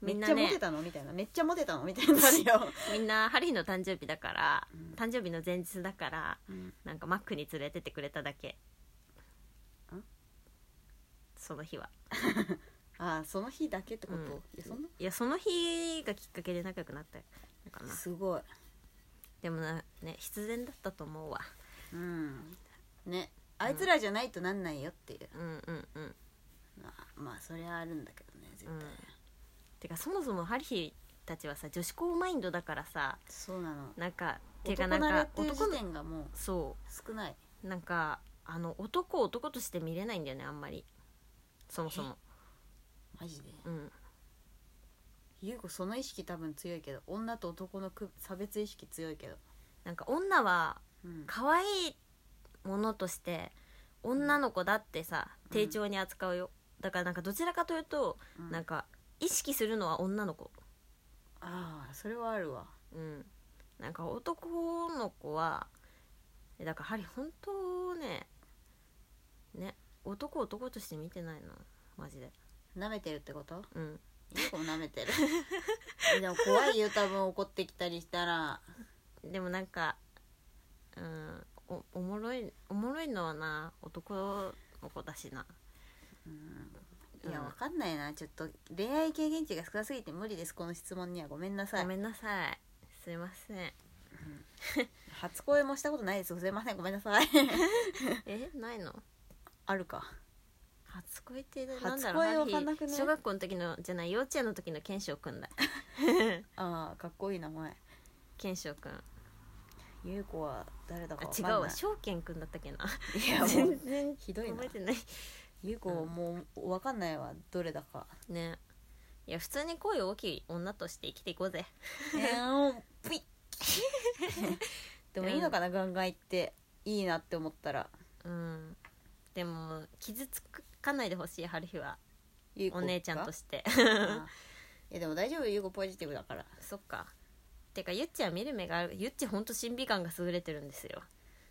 [SPEAKER 2] め
[SPEAKER 1] み
[SPEAKER 2] っ
[SPEAKER 1] ん
[SPEAKER 2] ち
[SPEAKER 1] な
[SPEAKER 2] ゃモ
[SPEAKER 1] ね
[SPEAKER 2] テたのみたいなめっちゃモテたのみたいになるよ、
[SPEAKER 1] みんなハリーの誕生日だから
[SPEAKER 2] うん
[SPEAKER 1] 誕生日の前日だから
[SPEAKER 2] うん
[SPEAKER 1] なんかマックに連れてってくれただけ
[SPEAKER 2] ん
[SPEAKER 1] その日は
[SPEAKER 2] ああその日だけってこと、
[SPEAKER 1] うん
[SPEAKER 2] いやそんない
[SPEAKER 1] やその日がきっかけで仲良くなったのかな
[SPEAKER 2] すごい
[SPEAKER 1] でもなね必然だったと思うわ
[SPEAKER 2] うんねあいつらじゃないとなんないよっていう
[SPEAKER 1] うんうんうん
[SPEAKER 2] のは、まあそれはあるんだけどね絶対、
[SPEAKER 1] うんてかそもそもハリーたちはさ女子校マインドだからさ
[SPEAKER 2] そうなの
[SPEAKER 1] なんかてか
[SPEAKER 2] 男
[SPEAKER 1] なん
[SPEAKER 2] 慣れっ
[SPEAKER 1] か
[SPEAKER 2] ていう
[SPEAKER 1] 男
[SPEAKER 2] 時
[SPEAKER 1] の
[SPEAKER 2] 点がもう
[SPEAKER 1] そ
[SPEAKER 2] 少ないう
[SPEAKER 1] なんかあの男を男として見れないんだよねあんまりそもそも
[SPEAKER 2] マジで
[SPEAKER 1] うん
[SPEAKER 2] 優子その意識多分強いけど女と男の区差別意識強いけど、
[SPEAKER 1] なんか女は
[SPEAKER 2] うん、
[SPEAKER 1] 可愛いものとして女の子だってさ
[SPEAKER 2] うん
[SPEAKER 1] 丁重に扱うよ、だからなんかどちらかというと、
[SPEAKER 2] うん
[SPEAKER 1] なんか意識するのは女の子
[SPEAKER 2] ああそれはあるわ
[SPEAKER 1] うんなんか男の子はえだからハリー本当ねね男を男として見てないなマジで
[SPEAKER 2] 舐めてるって こと
[SPEAKER 1] うん
[SPEAKER 2] 優子も舐めてるでも怖いよ多分怒ってきたりしたら
[SPEAKER 1] でもなんかうんおおもろいおもろいのはな男の子だしな
[SPEAKER 2] うんいうや
[SPEAKER 1] ん
[SPEAKER 2] わかんないなちょっと恋愛経験値が少なすぎて無理ですこの質問にはごめんなさい
[SPEAKER 1] ごめんなさいすいませ ん
[SPEAKER 2] 初恋もしたことないですすいませんごめん なさい
[SPEAKER 1] えないの
[SPEAKER 2] あるか
[SPEAKER 1] 初恋ってなんだ
[SPEAKER 2] 初
[SPEAKER 1] ろう
[SPEAKER 2] 恋
[SPEAKER 1] ハ
[SPEAKER 2] わ
[SPEAKER 1] リ
[SPEAKER 2] かんなく
[SPEAKER 1] ー
[SPEAKER 2] ない
[SPEAKER 1] 小学校の時のじゃない幼稚園の時の賢秀くんだ
[SPEAKER 2] ああかっこいい名前
[SPEAKER 1] 賢秀くんあ
[SPEAKER 2] 優子は誰だかわかん
[SPEAKER 1] 違
[SPEAKER 2] ない違
[SPEAKER 1] う
[SPEAKER 2] う
[SPEAKER 1] わ翔賢くんだったっけな
[SPEAKER 2] いやもう
[SPEAKER 1] 全然
[SPEAKER 2] ひどいな
[SPEAKER 1] 覚えてない
[SPEAKER 2] 優子はもうわかんないわどれだか
[SPEAKER 1] ねいや普通に恋大きい女として生きていこうぜ
[SPEAKER 2] えーもうぷいっ でもいいのかなガンガン行っていいなって思ったら
[SPEAKER 1] うんでも傷つかないでほしい春日は
[SPEAKER 2] 優
[SPEAKER 1] お姉ちゃんと
[SPEAKER 2] し
[SPEAKER 1] して
[SPEAKER 2] て えでも大丈夫優子ポジティブだから
[SPEAKER 1] そっかてかゆっちは見る目があるゆっちほんと審美眼が優れてるんですよ、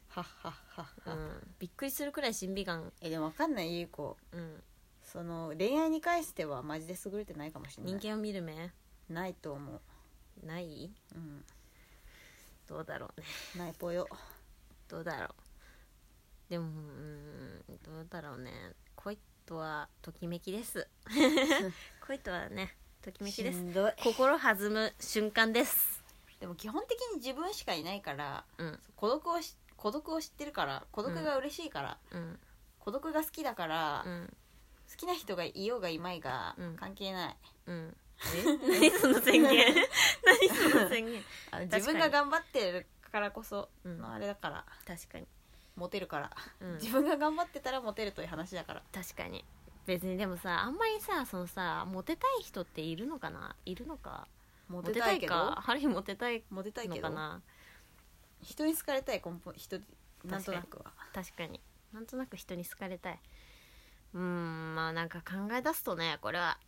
[SPEAKER 2] はっはっはっ
[SPEAKER 1] う
[SPEAKER 2] は、
[SPEAKER 1] ん、びっくりするくらい審美眼、
[SPEAKER 2] えでもわかんない優子
[SPEAKER 1] うん、
[SPEAKER 2] その恋愛に関してはマジで優れてないかもしれない
[SPEAKER 1] 人間を見る目
[SPEAKER 2] ないと思う
[SPEAKER 1] ない
[SPEAKER 2] うん
[SPEAKER 1] どうだろうね
[SPEAKER 2] ないぽよ
[SPEAKER 1] どうだろうでもうんどうだろうね恋とはときめきです 恋とはねときめき
[SPEAKER 2] し
[SPEAKER 1] です
[SPEAKER 2] んどい
[SPEAKER 1] 心弾む瞬間です
[SPEAKER 2] でも基本的に自分しかいないから
[SPEAKER 1] うん
[SPEAKER 2] 孤独をし孤独を知ってるから孤独が嬉しいから、
[SPEAKER 1] うん
[SPEAKER 2] 孤独が好きだから、
[SPEAKER 1] う
[SPEAKER 2] 好
[SPEAKER 1] ん
[SPEAKER 2] きな人がいようがいまいが、
[SPEAKER 1] うん
[SPEAKER 2] 関係ない
[SPEAKER 1] うん何その宣言 何その宣言
[SPEAKER 2] あの
[SPEAKER 1] 確かに
[SPEAKER 2] 自分が頑張ってるからこそ
[SPEAKER 1] うん
[SPEAKER 2] のあれだから、
[SPEAKER 1] 確かに、
[SPEAKER 2] モテるから、
[SPEAKER 1] うん、
[SPEAKER 2] 自分が頑張ってたらモテるという話だから
[SPEAKER 1] 確かに別にでもさあんまりさそのさモテたい人っているのかないるのか
[SPEAKER 2] モ
[SPEAKER 1] モ
[SPEAKER 2] テ
[SPEAKER 1] テ
[SPEAKER 2] た
[SPEAKER 1] た
[SPEAKER 2] い
[SPEAKER 1] い
[SPEAKER 2] けど
[SPEAKER 1] か春日モテたい
[SPEAKER 2] モテたい
[SPEAKER 1] の
[SPEAKER 2] け
[SPEAKER 1] か
[SPEAKER 2] ど
[SPEAKER 1] な
[SPEAKER 2] 人に好かれたい根本人なんとなくは
[SPEAKER 1] 確かになんとなく人に好かれたいうーんまあなんか考え出すとねこれは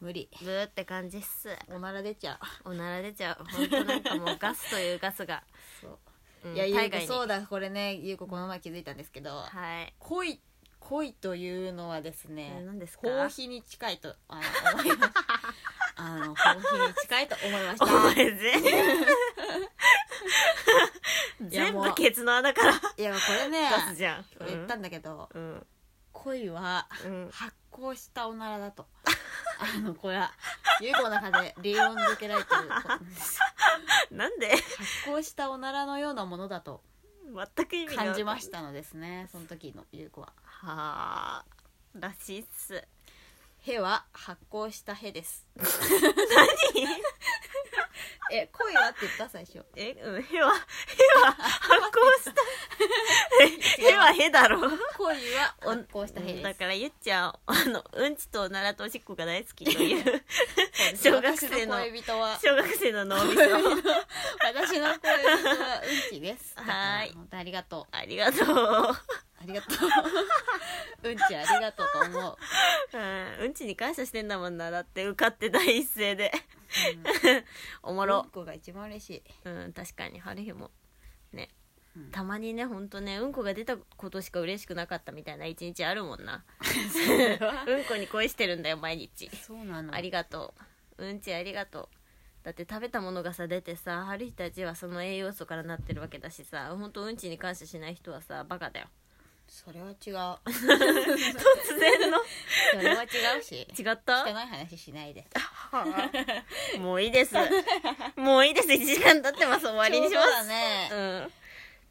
[SPEAKER 2] 無理
[SPEAKER 1] ブーって感じっす
[SPEAKER 2] おなら出ちゃう
[SPEAKER 1] おなら出ちゃう本当なんかもうガスというガスが、
[SPEAKER 2] そう
[SPEAKER 1] うん
[SPEAKER 2] いやゆう
[SPEAKER 1] 体
[SPEAKER 2] こ
[SPEAKER 1] 外に
[SPEAKER 2] そうだこれねゆうここの前気づいたんですけど、
[SPEAKER 1] はい
[SPEAKER 2] 恋恋というのはです
[SPEAKER 1] え
[SPEAKER 2] ね
[SPEAKER 1] 何ですか
[SPEAKER 2] コーヒーに近いとあの思い ましたあのコーヒーに近いと思いまし
[SPEAKER 1] お
[SPEAKER 2] た
[SPEAKER 1] 前全部
[SPEAKER 2] や
[SPEAKER 1] 全
[SPEAKER 2] もう
[SPEAKER 1] 部ケツの穴から
[SPEAKER 2] いやこれね
[SPEAKER 1] 出すじゃん
[SPEAKER 2] 今日言ったんだけど、
[SPEAKER 1] うん
[SPEAKER 2] 恋は
[SPEAKER 1] うん
[SPEAKER 2] 発酵したおならだとあのこれはゆうこの中で理論づけられてることなんです
[SPEAKER 1] なんで
[SPEAKER 2] 発酵したおならのようなものだと
[SPEAKER 1] 全く意味が
[SPEAKER 2] 感じましたたのですねその時のゆうこは
[SPEAKER 1] はあらしいっす
[SPEAKER 2] 「へ」は発酵した「へ」です
[SPEAKER 1] 何
[SPEAKER 2] え恋はって言った最初
[SPEAKER 1] え、うん、へは、へは、発酵した。 えへはへだろ。
[SPEAKER 2] 恋は発酵した「へ」
[SPEAKER 1] だ
[SPEAKER 2] です
[SPEAKER 1] からゆっちゃん、あの、うんちとおならとおしっこが大好きという、
[SPEAKER 2] そうで
[SPEAKER 1] 小学
[SPEAKER 2] す
[SPEAKER 1] 生の
[SPEAKER 2] 私恋 人は
[SPEAKER 1] 小学生の脳みそ。
[SPEAKER 2] 私の恋人はうんちですだから
[SPEAKER 1] はい
[SPEAKER 2] 本当ありがとう
[SPEAKER 1] ありがとう。
[SPEAKER 2] ありがとううんちありがとうと思う、
[SPEAKER 1] うん、うんちに感謝してんだもんな。だって受かって第一声で。
[SPEAKER 2] うん
[SPEAKER 1] おもろ
[SPEAKER 2] うん。こが一番嬉しい
[SPEAKER 1] うん、確かに、春日も。ね
[SPEAKER 2] うん。
[SPEAKER 1] たまにね、ほんとね、うんこが出たことしか嬉しくなかったみたいな一日あるもんな。うんこに恋してるんだよ、毎日。
[SPEAKER 2] そうなの
[SPEAKER 1] ありがとううんちありがとうだって食べたものがさ出てさ春日たちはその栄養素からなってるわけだしさほんとうんちに感謝しない人はさバカだよ
[SPEAKER 2] それは違うそ
[SPEAKER 1] 突然の
[SPEAKER 2] れは違うし
[SPEAKER 1] 違った
[SPEAKER 2] 汚い話しないで
[SPEAKER 1] もういいですもういいです1時間経ってます終わりにしま
[SPEAKER 2] ちょうどだ
[SPEAKER 1] す
[SPEAKER 2] ね、
[SPEAKER 1] うん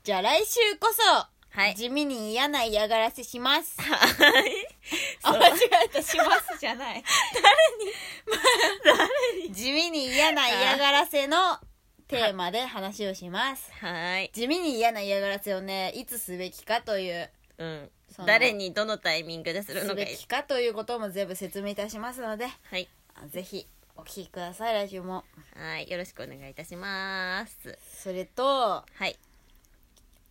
[SPEAKER 2] じゃあ来週こそ、
[SPEAKER 1] はい
[SPEAKER 2] 地味に嫌な嫌がらせします あ
[SPEAKER 1] そう
[SPEAKER 2] 間違えたしますじゃない誰に、地味に嫌な嫌がらせのテーマで話をします
[SPEAKER 1] はーい、
[SPEAKER 2] 地味に嫌な嫌がらせをねいつすべきかという
[SPEAKER 1] うん
[SPEAKER 2] そ、の
[SPEAKER 1] 誰にどのタイミングでする
[SPEAKER 2] す
[SPEAKER 1] のか
[SPEAKER 2] べ
[SPEAKER 1] い
[SPEAKER 2] きかということも全部説明いたしますので
[SPEAKER 1] はい
[SPEAKER 2] あぜひお聞きください来週も
[SPEAKER 1] はいよろしくお願いいたします
[SPEAKER 2] それと
[SPEAKER 1] はい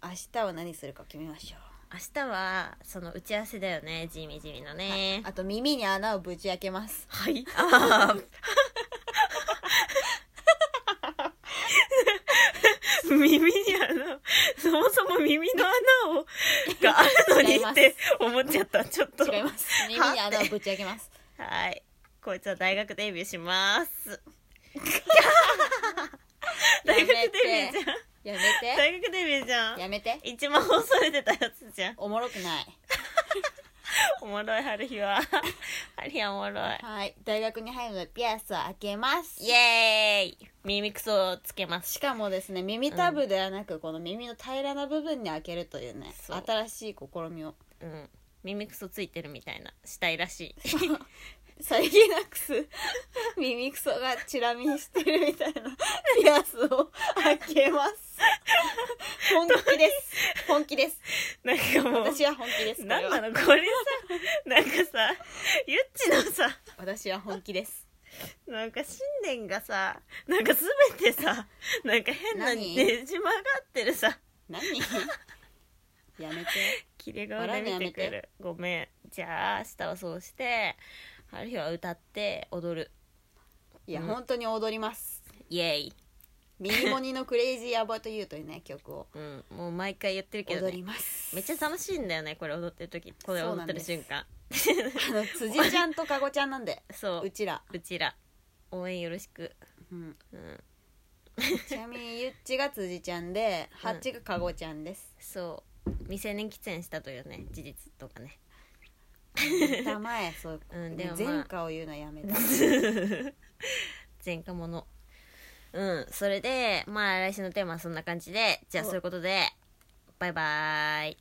[SPEAKER 2] 明日は何するか決めましょう
[SPEAKER 1] 明日はその打ち合わせだよね地味地味のね
[SPEAKER 2] あと耳に穴をぶち開けます
[SPEAKER 1] はいあー 耳に穴そもそも耳の穴をがあるのに
[SPEAKER 2] 違いま
[SPEAKER 1] っ
[SPEAKER 2] す
[SPEAKER 1] て思っちゃったちょっと
[SPEAKER 2] 違います耳に穴をぶち開けます
[SPEAKER 1] はいこいつは大学デビューします 大学デビューじゃん
[SPEAKER 2] やめ
[SPEAKER 1] 大学デビューじゃ
[SPEAKER 2] て
[SPEAKER 1] ん
[SPEAKER 2] やめて
[SPEAKER 1] 一番恐れてたやつじゃん
[SPEAKER 2] おもろくない
[SPEAKER 1] おもろい春日は 春日はおもろい
[SPEAKER 2] はい大学に入るのでピアスを開けます
[SPEAKER 1] イエーイ耳くそをつけます
[SPEAKER 2] しかもですね耳たぶではなくこの耳の平らな部分に開けるというね
[SPEAKER 1] そう
[SPEAKER 2] 新しい試みを
[SPEAKER 1] うん、耳くそついてるみたいなしたいらしい
[SPEAKER 2] 最近なくす 耳くそがチラ見してるみたいなピアスを開けます本気です本気です
[SPEAKER 1] なんかもう
[SPEAKER 2] 私は本気ですこれは
[SPEAKER 1] なんなのこれさ なんかさゆっちのさ
[SPEAKER 2] 私は本気です
[SPEAKER 1] なんか信念がさなんか全てさなんか変な
[SPEAKER 2] 何
[SPEAKER 1] ねじ曲がってるさ
[SPEAKER 2] 何やめて
[SPEAKER 1] キレ顔で見てく
[SPEAKER 2] 笑うのやめ
[SPEAKER 1] るごめんじゃあ明日はそうしてある日は歌って踊る
[SPEAKER 2] いや、
[SPEAKER 1] うん
[SPEAKER 2] 本当に踊ります
[SPEAKER 1] イエーイ、
[SPEAKER 2] ミニモニのクレイジーアバートユーというね 曲を
[SPEAKER 1] うん、もう毎回言ってるけど、
[SPEAKER 2] 踊り
[SPEAKER 1] ね、
[SPEAKER 2] ます
[SPEAKER 1] めっちゃ楽しいんだよねこれ踊ってる時これ
[SPEAKER 2] そう
[SPEAKER 1] 踊
[SPEAKER 2] な
[SPEAKER 1] っ
[SPEAKER 2] ん
[SPEAKER 1] て
[SPEAKER 2] で
[SPEAKER 1] る
[SPEAKER 2] す
[SPEAKER 1] 瞬間
[SPEAKER 2] あ の辻ちゃんとかごちゃんなんで
[SPEAKER 1] そう
[SPEAKER 2] うちら、
[SPEAKER 1] うちら応援よろしくうん
[SPEAKER 2] ちなみにゆっちが辻ちゃんでハッチがかごちゃ んです、
[SPEAKER 1] そう未成年喫煙したというね事実とか ね
[SPEAKER 2] 言ったまえそう、
[SPEAKER 1] うんでもまあ
[SPEAKER 2] 前科を言うのはやめた
[SPEAKER 1] 前科者うんそれでまあ来週のテーマはそんな感じでじゃあ
[SPEAKER 2] お
[SPEAKER 1] そういうことでバイバーイ